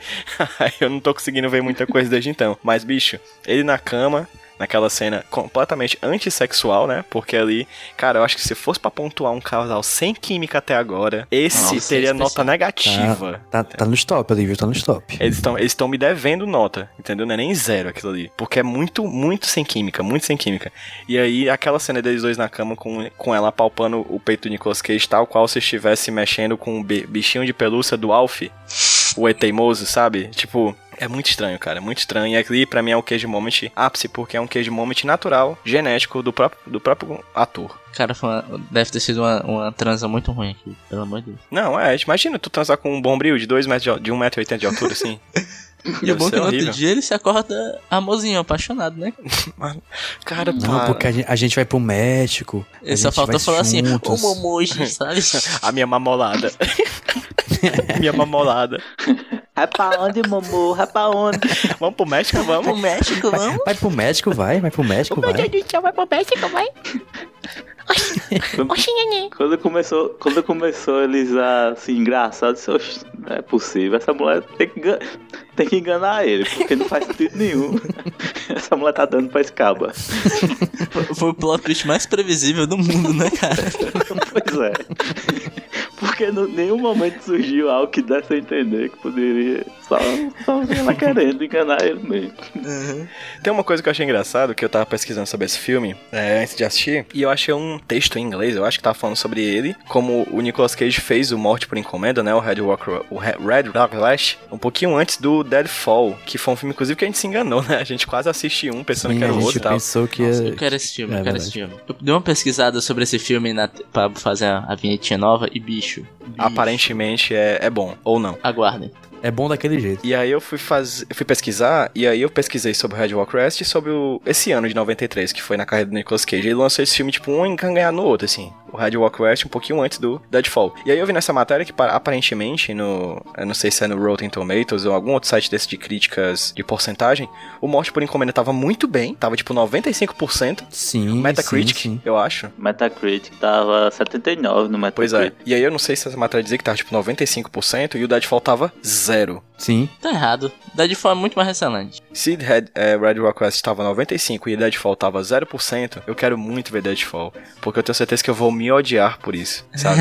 Aí eu não tô conseguindo ver muita coisa desde então. Mas, bicho, ele na cama, naquela cena completamente antissexual, né? Porque ali, cara, eu acho que se fosse pra pontuar um casal sem química até agora, esse
Nossa,
teria
especial.
nota negativa.
Tá, tá nos top ali, viu? Tá nos top.
Eles estão eles tão me devendo nota, entendeu? Não é nem zero aquilo ali. Porque é muito, muito sem química, muito sem química. E aí, aquela cena deles dois na cama com, com ela palpando o peito do Nicolas Cage, tal qual se estivesse mexendo com o bi- bichinho de pelúcia do Alf, o E teimoso, sabe? Tipo. É muito estranho, cara, é muito estranho. E aqui, pra mim, é um queijo moment ápice, porque é um queijo moment natural, genético, do próprio, do próprio ator.
Cara, foi uma- deve ter sido uma, uma transa muito ruim aqui, pelo amor de Deus.
Não, é, imagina tu transar com um bombril de 2 metros de, um al- de 1,80m de altura, assim.
E é
Deve
bom
ser
que no outro
horrível.
dia ele se acorda amorzinho, apaixonado, né?
Cara,
Não,
para.
porque a gente, a gente vai pro México. a
Ele só
gente
faltou
vai
falar assim, ô
juntos.
momoji, sabe?
A minha mamolada. minha mamolada.
Vai pra onde, Momo? Vai pra onde?
Vamos pro México,
Pro
vamos.
México,
Vai,
vamos?
vai pro México, vai. Vai pro México,
é
vai.
Quando começou, quando começou eles a se engraçar, eu disse, "Oxe, não é possível. Essa mulher tem que, engan- tem que enganar ele, porque não faz sentido nenhum. Essa mulher tá dando pra escaba.
Foi- Foi o plot twist mais previsível do mundo, né, cara?
Pois é. Porque em nenhum momento surgiu algo que desse a entender que poderia. Só, só ela querendo enganar ele mesmo.
Tem uma coisa que eu achei engraçado, que eu tava pesquisando sobre esse filme é, antes de assistir, e eu achei um texto em inglês, eu acho que tava falando sobre ele, como o Nicolas Cage fez o Morte por Encomenda, né, o Red Walker, o Re- Red Rock Lash, um pouquinho antes do Deadfall, que foi um filme, inclusive, que a gente se enganou, né, a gente quase assistiu um pensando
Sim,
que era
a
o outro
gente
e tal.
pensou que
Eu
ia...
quero esse filme,
É
eu quero
verdade.
esse filme. Eu dei uma pesquisada sobre esse filme na, pra fazer a, a vinhetinha nova e bicho. bicho,
Aparentemente é- é bom, ou não.
Aguardem.
É bom daquele jeito.
E aí eu fui fazer, fui pesquisar, e aí eu pesquisei sobre o Red Walk Rest e sobre o, esse ano de 93, que foi na carreira do Nicolas Cage. Ele lançou esse filme, tipo, um encanganhar no outro, assim. o Hard Walk West um pouquinho antes do Deadfall. E aí eu vi nessa matéria que pa- aparentemente no, eu não sei se é no Rotten Tomatoes ou algum outro site desse de críticas de porcentagem, o Morte por Encomenda tava muito bem, tava tipo 95%,
Sim.
Metacritic,
sim, sim.
eu acho.
Metacritic tava 79 no Metacritic.
Pois é. E aí eu não sei se essa matéria dizia que tava tipo 95% e o Deadfall tava zero.
Sim.
Tá errado. Deadfall é muito mais excelente.
Se Red, eh, Red Request tava 95% e Deadfall tava 0%, eu quero muito ver Deadfall. Porque eu tenho certeza que eu vou me odiar por isso, sabe?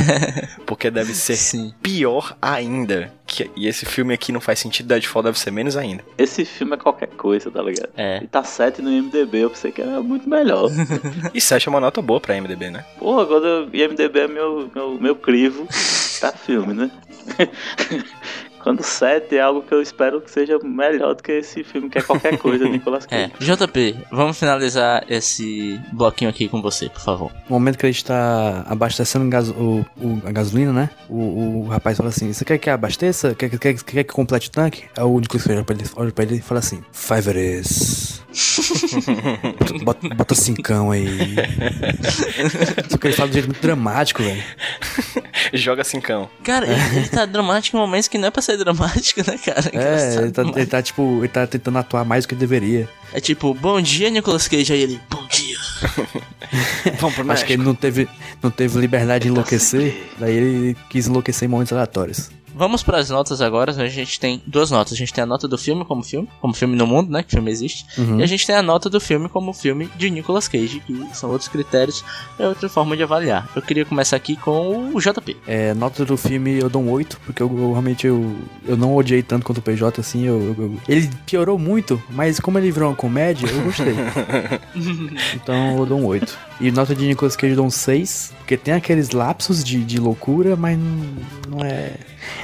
porque deve ser
Sim.
pior ainda. Que- e esse filme aqui não faz sentido, Deadfall deve ser menos ainda.
Esse filme é qualquer coisa, tá ligado?
É.
E tá 7 no IMDB, eu pensei que era muito melhor.
E 7 é uma nota boa pra MDB, né?
Pô, agora o IMDB é meu, meu, meu crivo pra filme, né? Quando 7 é algo que eu espero que seja melhor do que esse filme, que é qualquer coisa, Nicolas
É.
Cage.
JP, vamos finalizar esse bloquinho aqui com você, por favor.
No momento que a gente tá abastecendo gaso- o- o- a gasolina, né? O, o rapaz fala assim: Você quer que abasteça? Quer, que- quer, que- quer que complete o tanque? Aí o Nicolas Cage olha pra ele, olha pra ele e fala assim: Favores. bota, bota, bota cincão aí. Só que ele fala de um jeito muito dramático, velho.
Joga cincão.
Cara, ele, ele tá dramático em momentos que não é pra ser dramático, né, cara?
É,
Engraçado
ele tá,
demais.
ele tá, tipo, ele tá tentando atuar mais do que ele deveria.
É tipo, bom dia, Nicolas Cage. Aí ele, bom dia.
Vamos pro
Acho que ele não teve, não teve liberdade de enlouquecer, daí ele quis enlouquecer em momentos aleatórios.
Vamos pras notas agora. né? A gente tem duas notas. A gente tem a nota do filme como filme, como filme no mundo, né? Que filme existe.
Uhum.
E a gente tem a nota do filme como filme de Nicolas Cage, que são outros critérios, é outra forma de avaliar. Eu queria começar aqui com o JP.
É, nota do filme eu dou um 8, porque eu, eu realmente eu, eu não odiei tanto quanto o PJ, assim, eu, eu- eu- Ele piorou muito, mas como ele virou uma comédia, eu gostei. então eu dou um 8. E nota de Nicolas Cage eu dou um 6, porque tem aqueles lapsos de, de loucura, mas não, não é...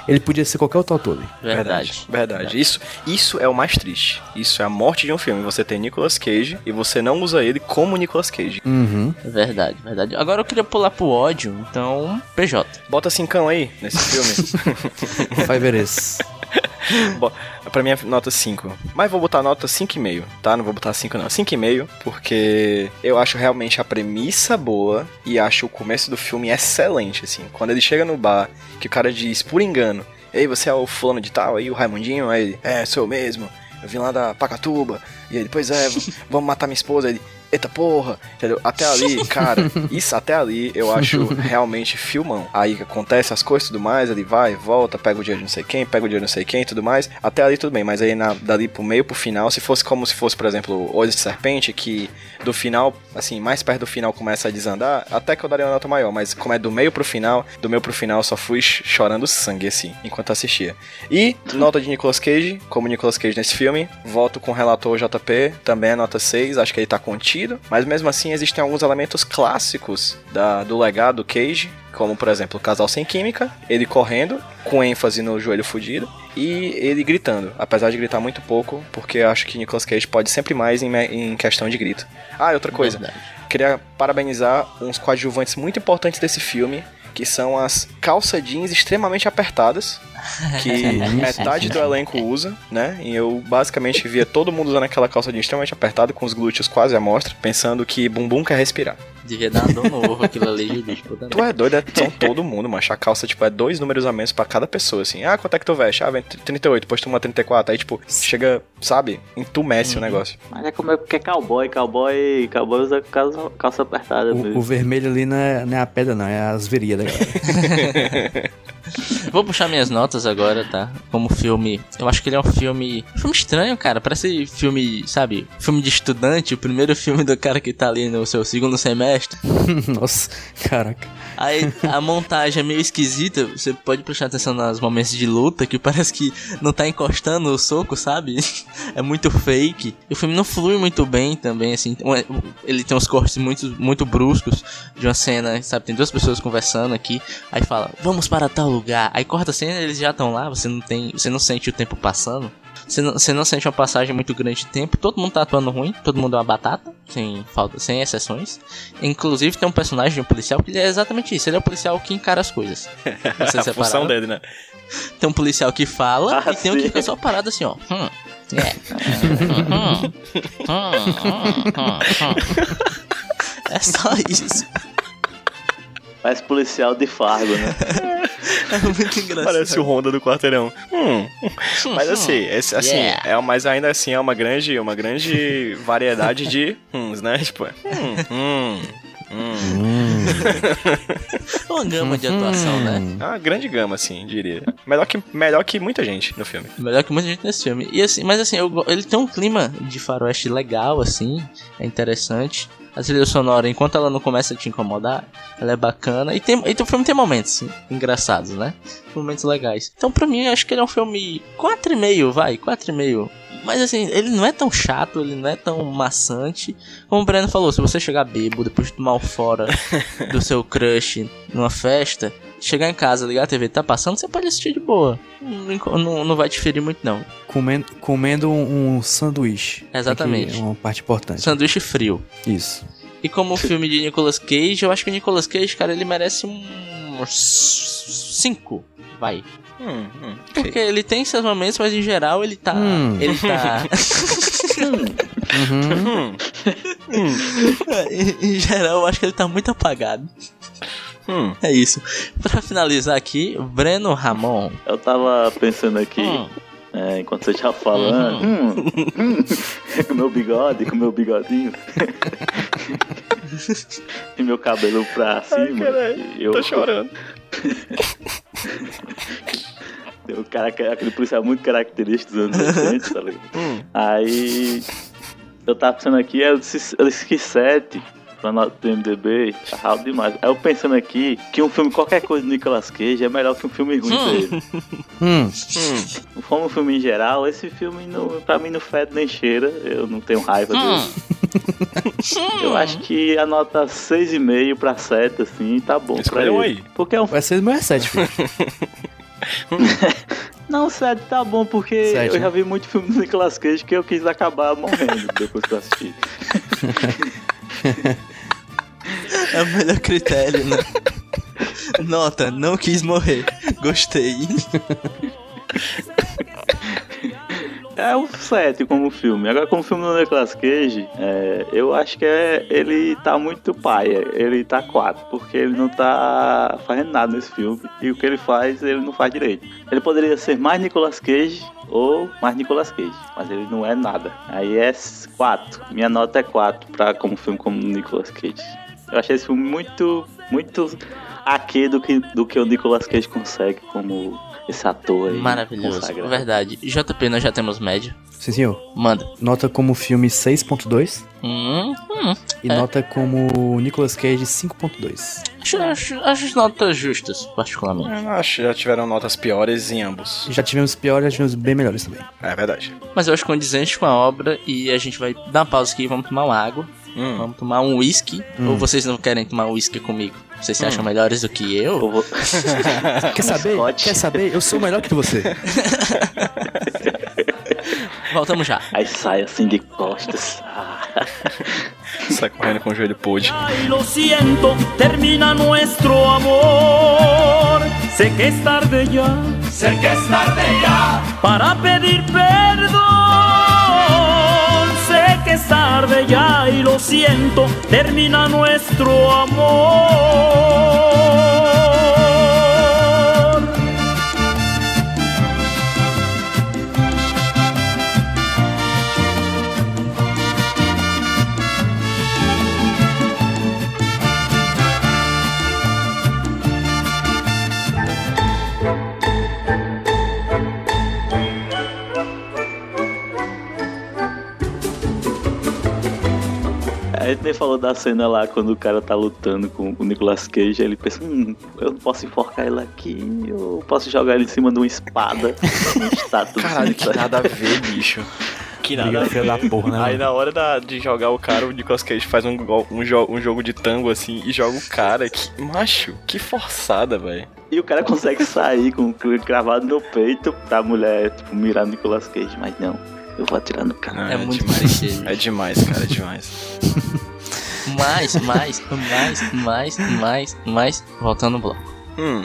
Ele podia ser qualquer outro ator, né?
Verdade.
Verdade. Isso, isso é o mais triste. Isso é a morte de um filme. Você tem Nicolas Cage e você não usa ele como Nicolas Cage.
Uhum.
É Verdade, verdade. Agora eu queria pular pro ódio, então. PJ.
Bota cincão aí nesse filme.
Fiverres.
Bo- pra mim é nota 5. Mas vou botar nota 5,5, tá? Não vou botar 5 não. 5,5, porque eu acho realmente a premissa boa e acho o começo do filme excelente, assim. Quando ele chega no bar, que o cara diz, por engano, Ei, você é o fulano de tal, aí o Raimundinho, aí ele, é, sou eu mesmo, eu vim lá da Pacatuba, e ele, pois é, v- vamos matar minha esposa, ele, eita porra, entendeu? Até ali, cara, isso até ali eu acho realmente filmão. Aí que acontece as coisas e tudo mais, ele vai, volta, pega o dinheiro de não sei quem, pega o dinheiro de não sei quem e tudo mais, até ali tudo bem, mas aí na, dali pro meio, pro final, se fosse como se fosse, por exemplo, Olhos de Serpente, que do final, assim, mais perto do final começa a desandar, até que eu daria uma nota maior, mas como é do meio pro final, do meio pro final eu só fui ch- chorando sangue, assim, enquanto assistia. E nota de Nicolas Cage, como Nicolas Cage nesse filme, volto com o relator JP, também é nota 6, acho que ele tá contido, mas mesmo assim existem alguns elementos clássicos da, do legado Cage, como por exemplo, o casal sem química, ele correndo, com ênfase no joelho fudido, e ele gritando, apesar de gritar muito pouco, porque acho que Nicolas Cage pode sempre mais em, me- em questão de grito. Ah, e outra coisa,
Verdade.
queria parabenizar uns coadjuvantes muito importantes desse filme, que são as calça jeans extremamente apertadas, que metade do elenco usa, né? E eu basicamente via todo mundo usando aquela calça jeans extremamente apertada, com os glúteos quase à mostra, pensando que bumbum quer respirar.
Devia dar uma dor no ovo aquilo ali de bicho. puta
Tu é doido, é são todo mundo, macho. A calça, tipo, é dois números a menos pra cada pessoa, assim. Ah, quanto é que tu veste? Ah, vem 38, depois toma 34. Aí, tipo, chega, sabe, entumece o negócio.
Mas é como é que é cowboy, cowboy, cowboy usa calça, calça apertada
O, o
mesmo.
vermelho ali não é, não é a pedra, não, é as verias da galera.
Vou puxar minhas notas agora, tá? Como filme. Eu acho que ele é um filme. Um filme estranho, cara. Parece filme, sabe? Filme de estudante, o primeiro filme do cara que tá ali no seu segundo semestre.
Nossa, caraca.
Aí a montagem é meio esquisita. Você pode prestar atenção nos momentos de luta, que parece que não tá encostando o soco, sabe? É muito fake. E o filme não flui muito bem também, assim. Um- Ele tem uns cortes muito, muito bruscos de uma cena, sabe? Tem duas pessoas conversando aqui. Aí fala, vamos para tal lugar. Aí corta a cena eles já estão lá. Você não tem. Você não sente o tempo passando. Você não, você não sente uma passagem muito grande de tempo. Todo mundo tá atuando ruim. Todo mundo é uma batata. Sem, falta, sem exceções. Inclusive tem um personagem de um policial que ele é exatamente isso. Ele é o policial que encara as coisas. Você
a função dele, né?
Tem um policial que fala
Ah,
e tem um que
sim.
fica só parado assim, ó. Hum. É. Hum, hum, hum, hum, hum. É só isso.
Parece policial de Fargo, né?
É muito engraçado.
Parece o Honda do quarteirão. Hum.
um-
Mas assim, esse- assim
Yeah.
é, mas ainda assim é uma grande, uma grande variedade de huns, né? Tipo, é, hum, hum, hum.
É uma gama de atuação, né?
É uma grande gama, assim, diria. Melhor que, melhor que muita gente no filme.
Melhor que muita gente nesse filme. E assim, mas assim, eu go- ele tem um clima de faroeste legal, assim, é interessante. A trilha sonora, enquanto ela não começa a te incomodar, ela é bacana. E, tem, e o filme tem momentos assim, engraçados, né? Momentos legais. Então, pra mim, eu acho que ele é um filme 4,5, vai, 4,5. Mas assim, ele não é tão chato, ele não é tão maçante. Como o Breno falou, se você chegar bêbado, depois de tomar um fora do seu crush numa festa, chegar em casa, ligar a TV tá passando, você pode assistir de boa. Não, inco- não, não vai te ferir muito, não.
Comendo, comendo um, um sanduíche.
Exatamente.
Aqui É uma parte importante.
Sanduíche frio.
Isso.
E como o filme de Nicolas Cage, eu acho que o Nicolas Cage, cara, ele merece um. 5. Vai.
Hum, hum.
Porque ele tem seus momentos, mas em geral ele tá.
Hum.
Ele tá.
Uhum.
Hum,
em em geral, eu acho que ele tá muito apagado.
hum.
É isso. Pra finalizar aqui, Breno Ramon.
Eu tava pensando aqui, é, enquanto você tava falando, hum, hum, com meu bigode, com meu bigodinho. e meu cabelo pra cima.
caralho,
eu,
Tô chorando.
o um cara, é aquele policial muito característico dos anos 80, tá ligado?
Hum.
Aí eu tava pensando aqui, eu disse, eu disse que 7 pra nota do MDB tá raro demais. Aí eu pensando aqui que um filme, qualquer coisa do Nicolas Cage é melhor que um filme ruim dele.
Hum.
Como um filme em geral, esse filme não, pra mim não fede nem cheira, eu não tenho raiva
Hum.
dele. Eu acho que a nota 6,5 pra 7, assim, tá bom pra
Escolha um
ele.
aí.
Porque é um
Vai ser mais sete, filho.
Não, sete tá bom, porque
Sete,
eu
né?
já vi muito filme do Nicolas Cage que eu quis acabar morrendo depois que eu assisti.
É o melhor critério, né? Nota, não quis morrer. Gostei.
É um 7 como filme. Agora, como filme do Nicolas Cage, é, eu acho que é, ele tá muito paia. Ele tá 4, porque ele não tá fazendo nada nesse filme. E o que ele faz, ele não faz direito. Ele poderia ser mais Nicolas Cage ou mais Nicolas Cage, mas ele não é nada. Aí é 4. Minha nota é 4 pra como filme como Nicolas Cage. Eu achei esse filme muito, muito aqui do que, do que o Nicolas Cage consegue como esse ator aí.
Maravilhoso.
consagrado.
Verdade. JP, nós já temos média.
Sim, senhor.
Manda.
Nota como filme 6.2
Hum, hum.
e
É.
nota como Nicolas Cage 5.2.
Acho, acho, acho as notas justas, particularmente.
Eu acho que já tiveram notas piores em ambos.
Já tivemos piores, já tivemos bem melhores também.
É verdade.
Mas eu acho condizente com a obra e a gente vai dar uma pausa aqui, vamos tomar uma água,
Hum.
vamos tomar um whisky.
Hum.
Ou vocês não querem tomar whisky comigo? Vocês se acham melhores do que eu?
Eu vou-
Quer saber?
Scott.
Quer saber? Eu sou melhor que você.
Voltamos já.
Aí sai assim de costas. Ah.
Sai correndo com o joelho pude.
Ay, lo siento, termina nuestro amor. Sé que es tarde ya. Sé que es tarde ya. Para pedir perdón. Sé que es tarde ya y lo siento, termina nuestro amor.
A gente nem falou da cena lá quando o cara tá lutando com o Nicolas Cage. aí Ele pensa: hum, eu não posso enforcar ele aqui, eu posso jogar ele em cima de uma espada. uma estátua.
Caralho, que nada a ver, bicho. Que nada a
Filho
ver.
da porra, né?
Aí
mano?
na hora da- de jogar o cara, o Nicolas Cage faz um, gol- um, jo- um jogo de tango assim e joga o cara. Que, macho, que forçada, velho.
E o cara consegue sair com o cru cravado no peito pra mulher tipo, mirar no Nicolas Cage. Mas não, eu vou atirar no cara.
É, muito
demais.
clichê.
É demais, cara, é demais.
Mais, mais, mais, mais, mais, mais. Voltando no bloco.
Hum.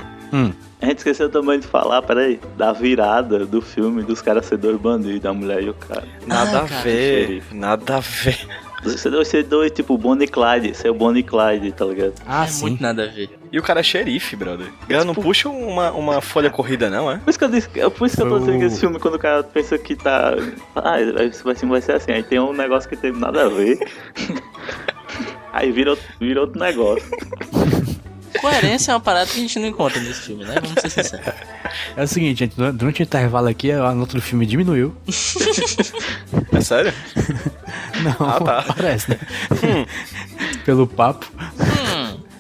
A gente esqueceu também de falar, peraí, da virada do filme dos caras ser dois bandidos, da mulher e o cara.
Nada
Ah,
a
cara,
ver,
xerife.
nada a ver.
Você dois ser dois, tipo, Bonnie e Clyde, ser o Bonnie e Clyde, tá ligado?
Ah,
é muito nada a ver.
E o cara é xerife, brother. O cara não puxa uma, uma folha corrida, não, é?
Por isso que eu disse, é por isso que eu tô
Foi
dizendo que
o-
esse filme, quando o cara pensa que tá. Ah, isso vai, ser- vai ser assim, aí tem um negócio que tem nada a ver. aí vira, outro- vira outro negócio.
Coerência é uma parada que a gente não encontra nesse filme, né? Vamos ser sinceros.
É o seguinte, gente, du- durante o intervalo aqui a nota do filme diminuiu.
É sério?
Não,
Ah, tá.
parece, né? Pelo papo.
Hum,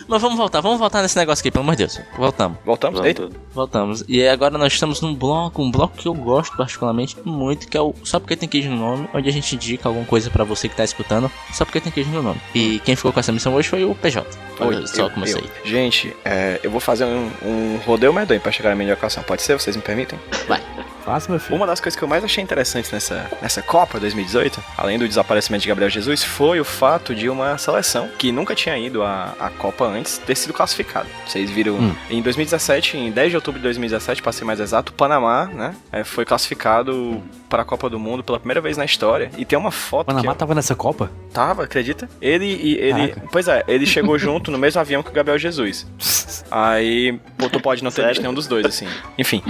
Mas vamos voltar, vamos voltar nesse negócio aqui, pelo amor de Deus. Voltamos,
Voltamos? Eita.
voltamos. E agora nós estamos num bloco, um bloco que eu gosto particularmente muito, que é o Só Porque Tem Queijo no Nome, onde a gente indica alguma coisa pra você que tá escutando, só porque tem queijo no nome. E quem ficou com essa missão hoje foi o PJ. Olha
Oi,
só
eu-
como eu sei.
eu. Gente, é, eu vou fazer um, um rodeio medonho pra chegar na minha locação. Pode ser? Vocês me permitem?
Faça, meu filho.
Uma das coisas que eu mais achei interessante nessa, nessa Copa 2018, além do desaparecimento de Gabriel Jesus, foi o fato de uma seleção que nunca tinha ido à, à Copa antes ter sido classificada. Vocês viram
Hum.
em 2017, em 10 de outubro de 2017, para ser mais exato, o Panamá, né, é, foi classificado para a Copa do Mundo pela primeira vez na história. E tem uma foto
O Panamá
que
tava nessa Copa?
eu tava, acredita? Ele e ele,
Caraca.
pois é, ele chegou junto no mesmo avião que o Gabriel Jesus. Aí, pô, tu pode não ter
Sério?
visto nenhum dos dois, assim. Enfim.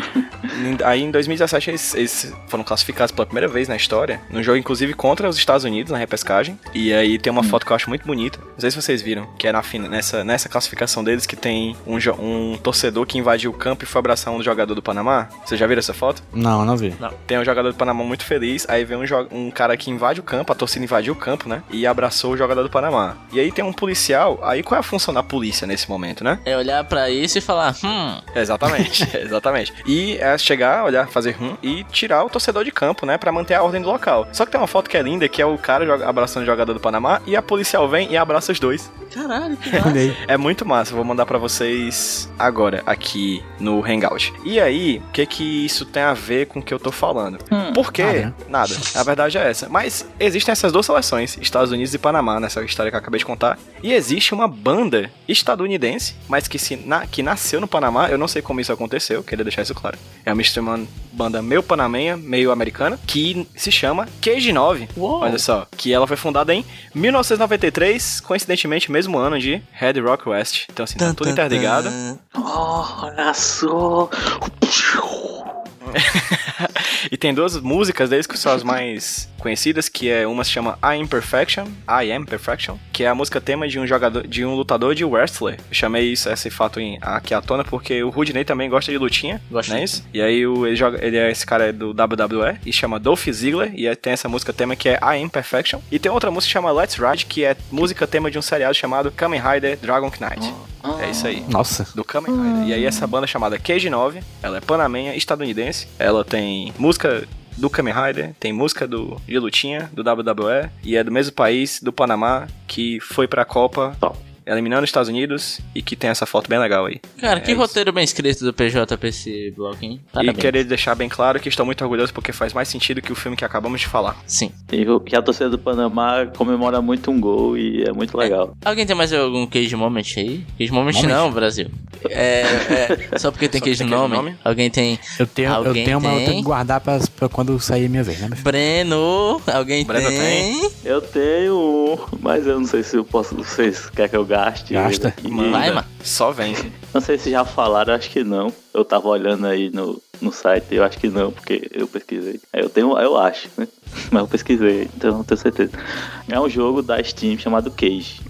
Em- Aí em 2017 eles, eles foram classificados pela primeira vez na história, num jogo inclusive contra os Estados Unidos na repescagem. E aí tem uma foto que eu acho muito bonita, não sei se vocês viram, que é na fina, nessa, nessa classificação deles que tem um, jo- um torcedor que invadiu o campo e foi abraçar um jogador do Panamá. Vocês já viram essa foto?
Não, não vi.
Tem um jogador do Panamá muito feliz, aí vem um, jo- um cara que invade o campo, a torcida invadiu o campo, né? E abraçou o jogador do Panamá. E aí tem um policial, aí qual é a função da polícia nesse momento, né?
É olhar pra isso e falar, hum,
Exatamente, exatamente. E é chegar, olhar, fazer rum e tirar o torcedor de campo, né? Pra manter a ordem do local. Só que tem uma foto que é linda, que é o cara joga- abraçando o jogador do Panamá e a policial vem e abraça os dois.
caralho, que
Olhei.
É muito massa, eu vou mandar pra vocês agora, aqui no Hangout. E aí, o que que isso tem a ver com o que eu tô falando? Por quê?
nada,
Nada,
né?
A verdade é essa. Mas existem essas duas seleções, Estados Unidos e Panamá, nessa história que eu acabei de contar. E existe uma banda estadunidense, mas que, se na- que nasceu no Panamá, eu não sei como isso aconteceu, queria deixar isso claro. É uma extrema- banda meio panamenha, meio americana, que se chama Cage 9.
Uou.
Olha só, que ela foi fundada em 1993, coincidentemente, mesmo ano de Red Rock West. Então, assim, tá tudo interligado.
Olha só!
E tem duas músicas deles que são as mais conhecidas, que é uma se chama I Am Perfection, I Am Perfection, que é a música tema de um jogador, de um lutador de wrestler. Eu chamei isso esse fato em, aqui à tona porque o Rudney também gosta de lutinha,
Gosta.
não é isso? E aí o- ele joga, ele é esse cara é do WWE e chama Dolph Ziggler e aí tem essa música tema que é I Am Perfection e tem outra música que chama Let's Ride, que é música tema de um seriado chamado Kamen Rider Dragon Knight. É isso aí
Nossa.
do Kamen Rider. E aí
Ah.
essa banda chamada Cage 9, ela é panamenha, estadunidense, ela tem música do Kamen Rider, tem música do de lutinha, do WWE, e é do mesmo país, do Panamá, que foi pra Copa,
Bom.
eliminando os Estados Unidos, e que tem essa foto bem legal aí.
Cara, que
É isso.
roteiro bem escrito do PJ pra esse bloco, hein? Parabéns.
E queria deixar bem claro que estou muito orgulhoso porque faz mais sentido que o filme que acabamos de falar.
Sim.
E o- que a torcida do Panamá comemora muito um gol e é muito legal.
Alguém tem mais algum queijo moment aí? Queijo moment,
Moment?
não, Brasil. É, é, só porque tem
Só
queijo
tem
no
queijo
nome.
no nome?
Alguém tem
Eu tenho, eu
Alguém
tenho uma eu
tem?
tenho que guardar pra, pra quando sair a minha vez, né, meu filho?
Breno. Alguém
Breno
tem?
Eu tenho um, mas eu não sei se eu posso. Vocês querem que eu gaste?
Gasta.
E-
Vai, mano.
Só vem.
Não sei se já falaram, acho que não. Eu tava olhando aí no, no site, eu acho que não, porque eu pesquisei. É, Eu tenho, eu acho, né? Mas eu pesquisei, então eu não tenho certeza. É um jogo da Steam chamado Cage.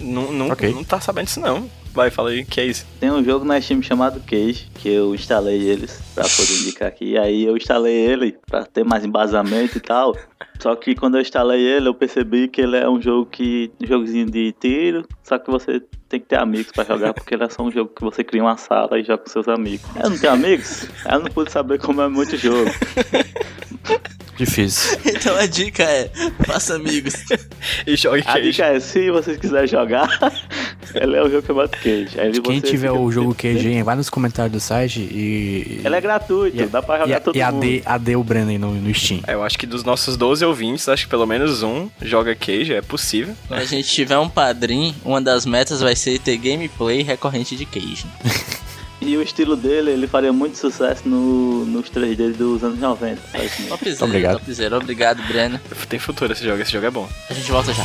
não, não,
Ok.
não tá sabendo disso não. Vai, fala aí, que é isso?
Tem um jogo na Steam chamado Cage, que eu instalei eles pra poder indicar aqui. Aí eu instalei ele pra ter mais embasamento e tal. Só que quando eu instalei ele, eu percebi que ele é um jogo que. um jogozinho de tiro, só que você tem que ter amigos pra jogar, porque ele é só um jogo que você cria uma sala e joga com seus amigos. Eu não tenho amigos? Eu não pude saber como é muito jogo.
Difícil.
Então a dica é: faça amigos.
E
Ah,
jogue
A
queijo.
dica é, se vocês quiserem jogar, ele é um jogo chamado Cage. Aí
Quem
você
tiver
fica-
o jogo queijo aí, vai nos comentários do site e.
Ele é gratuito,
e,
dá pra
e,
jogar
a-
todo
e
mundo.
AD, AD o Breno aí no, no Steam.
Eu acho que dos nossos 12 ouvintes, acho que pelo menos um joga queijo, é possível.
Quando a gente tiver um padrinho, uma das metas vai ser ter gameplay recorrente de queijo.
E o estilo dele, ele faria muito sucesso no, nos 3D dos anos 90. só isso mesmo.
Topzera,
Obrigado.
topzera. Obrigado, Breno.
Tem futuro esse jogo, esse jogo é bom.
A gente volta já.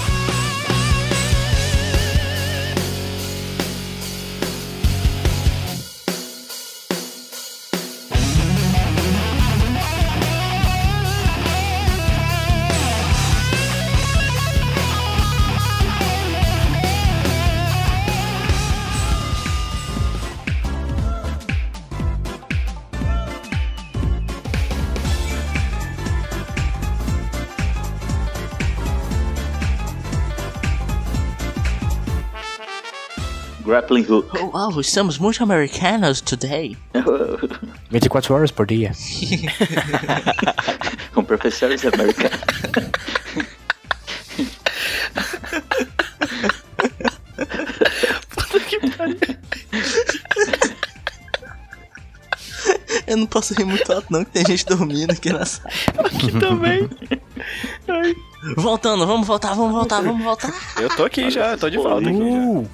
Grappling hook.
Oh, wow, estamos muito americanos today.
24 horas por dia.
Com professores americanos.
Eu não posso rir muito alto, não, que tem gente dormindo aqui na sala.
Também.
Voltando, vamos voltar, vamos voltar, vamos voltar.
Eu tô aqui já, eu tô de volta aqui já.
Uh,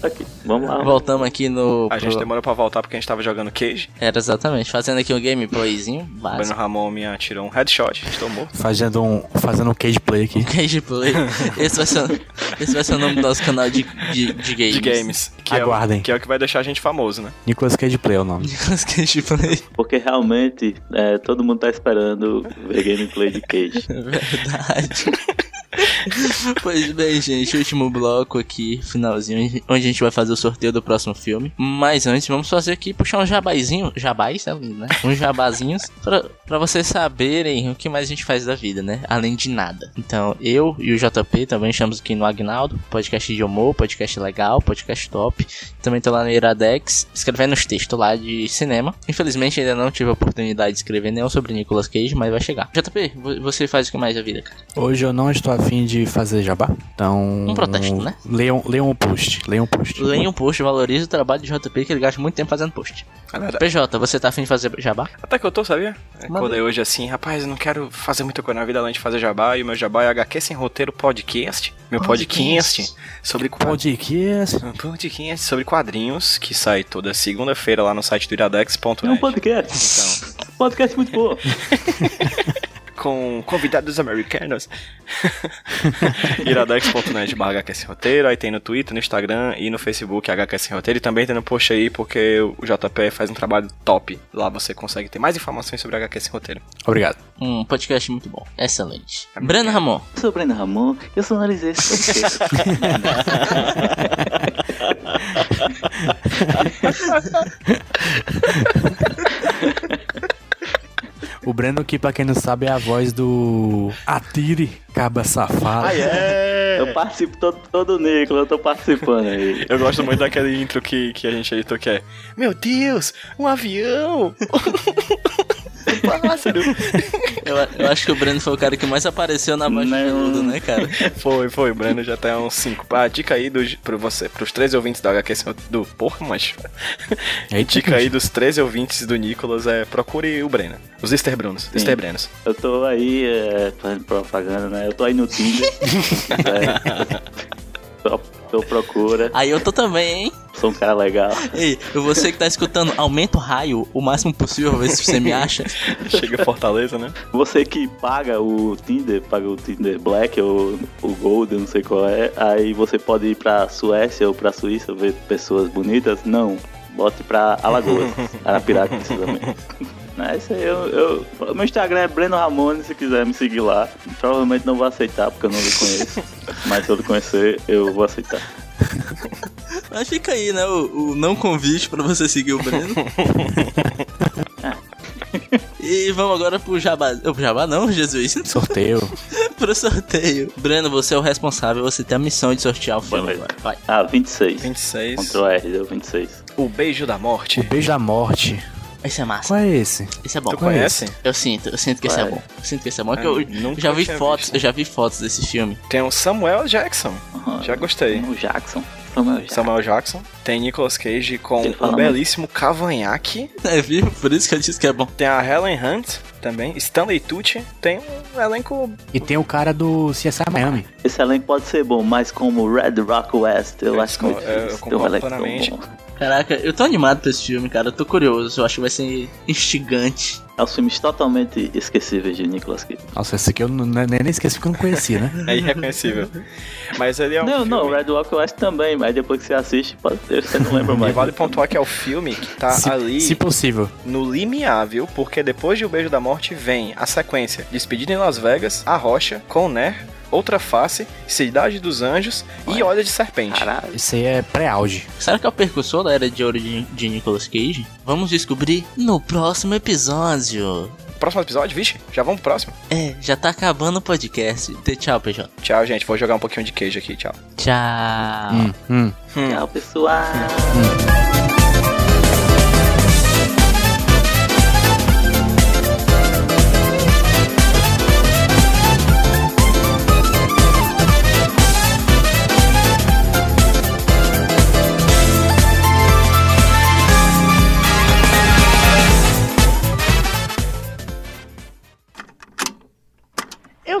Tá Aqui, vamos lá.
Voltamos aqui no.
A gente
pro-
demorou pra voltar porque a gente tava jogando Cage.
Era exatamente, fazendo aqui um gameplayzinho
Bruno
básico.
Ramon me atirou um headshot, estou morto.
fazendo um, fazendo um cage play aqui.
Gameplay. Esse vai ser, esse vai ser o nome do nosso canal de, de, de games.
De games. Que é o-
Aguardem.
que é o que vai deixar a gente famoso, né?
Nicolas Cage Play é o nome.
Gameplay.
Porque realmente é, todo mundo tá esperando ver gameplay de Cage.
Verdade. pois bem, gente, último bloco aqui, finalzinho, onde a gente vai fazer o sorteio do próximo filme. Mas antes, vamos fazer aqui, puxar um jabazinho. Jabais, é lindo, né? Uns jabazinhos pra, pra vocês saberem o que mais a gente faz da vida, né? Além de nada. Então, eu e o JP também estamos aqui no Agnaldo, podcast de humor, podcast legal, podcast top. Também tô lá no Iradex, escrevendo os textos lá de cinema. Infelizmente, ainda não tive a oportunidade de escrever nenhum sobre Nicolas Cage, mas vai chegar. JP, vo- você faz o que mais da vida, cara?
Hoje eu não estou afim de fazer jabá. Então.
Um protesto, né?
Leiam, leiam um post. Leiam um post.
Leia um post, valorize o trabalho de JP, que ele gasta muito tempo fazendo post.
Galera,
PJ, você tá afim de fazer jabá?
Até que eu tô, sabia? Acordei hoje assim, rapaz, eu não quero fazer muita coisa na vida além de fazer jabá. E o meu jabá é HQ Sem Roteiro Podcast. Meu podcast, sobre quadrinhos.
Podcast.
Podcast sobre quadrinhos que sai toda segunda-feira lá no site do iradex.net.
É um podcast. Um
Então,
Podcast muito bom.
com convidados americanos. iradex.net barra HQ Sem Roteiro. Aí tem no Twitter, no Instagram e no Facebook HQ Sem Roteiro. E também tem no post aí, porque o JP faz um trabalho top. Lá você consegue ter mais informações sobre HQ Sem Roteiro.
Obrigado.
Um podcast muito bom. Excelente. Breno Ramon.
Eu sou o Breno Ramon, eu sou analisei esse podcast.
O Breno, que pra quem não sabe, é a voz do Atire Caba Safado.
Ah, é? Eu participo todo, todo Nicolas, eu tô participando aí.
Eu gosto muito daquele intro que, que a gente editou que é Meu Deus, um avião! Um pássaro!
Eu, eu acho que o Breno foi o cara que mais apareceu na voz do
Não.
Veludo, né, cara?
Foi, foi, Breno já tá uns 5. Ah, dica aí dos, pro você, pros 13 ouvintes da HQ Sem- do Porra, mas.
É
Eita,
Dica aí dos 13 ouvintes do Nicolas é procure o Breno. Os Easter Brunos. Easter Brenos.
Eu tô aí é, fazendo propaganda, né? Eu tô aí no Tinder. é, tô, tô procura,
Aí eu tô também, hein?
sou um cara legal.
Ei, você que tá escutando, aumenta o raio o máximo possível, ver se você me acha.
Chega em Fortaleza, né?
Você que paga o Tinder, paga o Tinder Black ou o Gold, eu não sei qual é, aí você pode ir pra Suécia ou pra Suíça ver pessoas bonitas? Não, bote pra Alagoas, Arapiraca precisamente. É isso aí, eu, eu- meu Instagram é Breno Ramone, se quiser me seguir lá. Provavelmente não vou aceitar, porque eu não lhe conheço. Mas se eu lhe conhecer, eu vou aceitar.
Mas fica aí, né? O, o não convite pra você seguir o Breno. e vamos agora pro Jabá. oh, Pro Jabá não, Jesus.
Sorteio.
pro sorteio. Breno, você é o responsável, você tem a missão de sortear o filme
Beleza.
agora. Vai.
Ah, 26.
26.
Ctrl R, deu 26.
O Beijo da Morte.
O Beijo da Morte.
Esse é massa.
Qual é esse?
Esse é bom.
Tu conhece?
Eu sinto, eu sinto que esse é
Vai.
bom. Eu sinto que esse é bom. É que
Eu
eu
Ah, nunca
já vi
tinha
fotos,
visto.
eu já vi fotos desse filme.
Tem o Samuel Jackson.
Aham.
Já gostei.
O Jackson. Samuel Jackson.
Samuel Jackson. Tem Nicolas Cage com
Ah, Ele fala
um
muito.
belíssimo cavanhaque.
É, viu? Por isso que eu disse que é bom.
Tem a Helen Hunt também, Stanley Tucci, tem um elenco.
E tem o cara do CSI Miami.
Esse elenco pode ser bom, mas como Red Rock West, eu
Eu
acho que muito
discordo- é, eu
difícil ter um
concordo
elenco tão
plenamente.
bom.
Caraca, eu tô animado pra esse filme, cara. Eu tô curioso. Eu acho que vai ser instigante.
É os filmes totalmente esquecíveis de Nicolas Cage.
Nossa, esse aqui eu não- é nem, nem esqueci porque eu não conhecia, né?
É irreconhecível. Mas ele é um.
não,
filme-
não, Red Rock West também, mas depois que você assiste, pode ter, você não lembra
E
mais.
vale pontuar que é o filme que tá
se,
ali
se possível.
no limiar, viu? Porque depois de O Beijo da Morte vem a sequência Despedida em Las Vegas, A Rocha, Con Air, Outra Face, Cidade dos Anjos e Olha de Serpente.
Caralho.
Isso aí é pré-auge.
Será que é o percussor da era de ouro de, de Nicolas Cage? Vamos descobrir no próximo episódio.
Próximo episódio, vixe, já vamos pro próximo.
É, já tá acabando o podcast. Dê Tchau, PJ.
Tchau, gente. Vou jogar um pouquinho de queijo aqui, tchau.
Tchau.
hum.
Tchau, pessoal.
Eu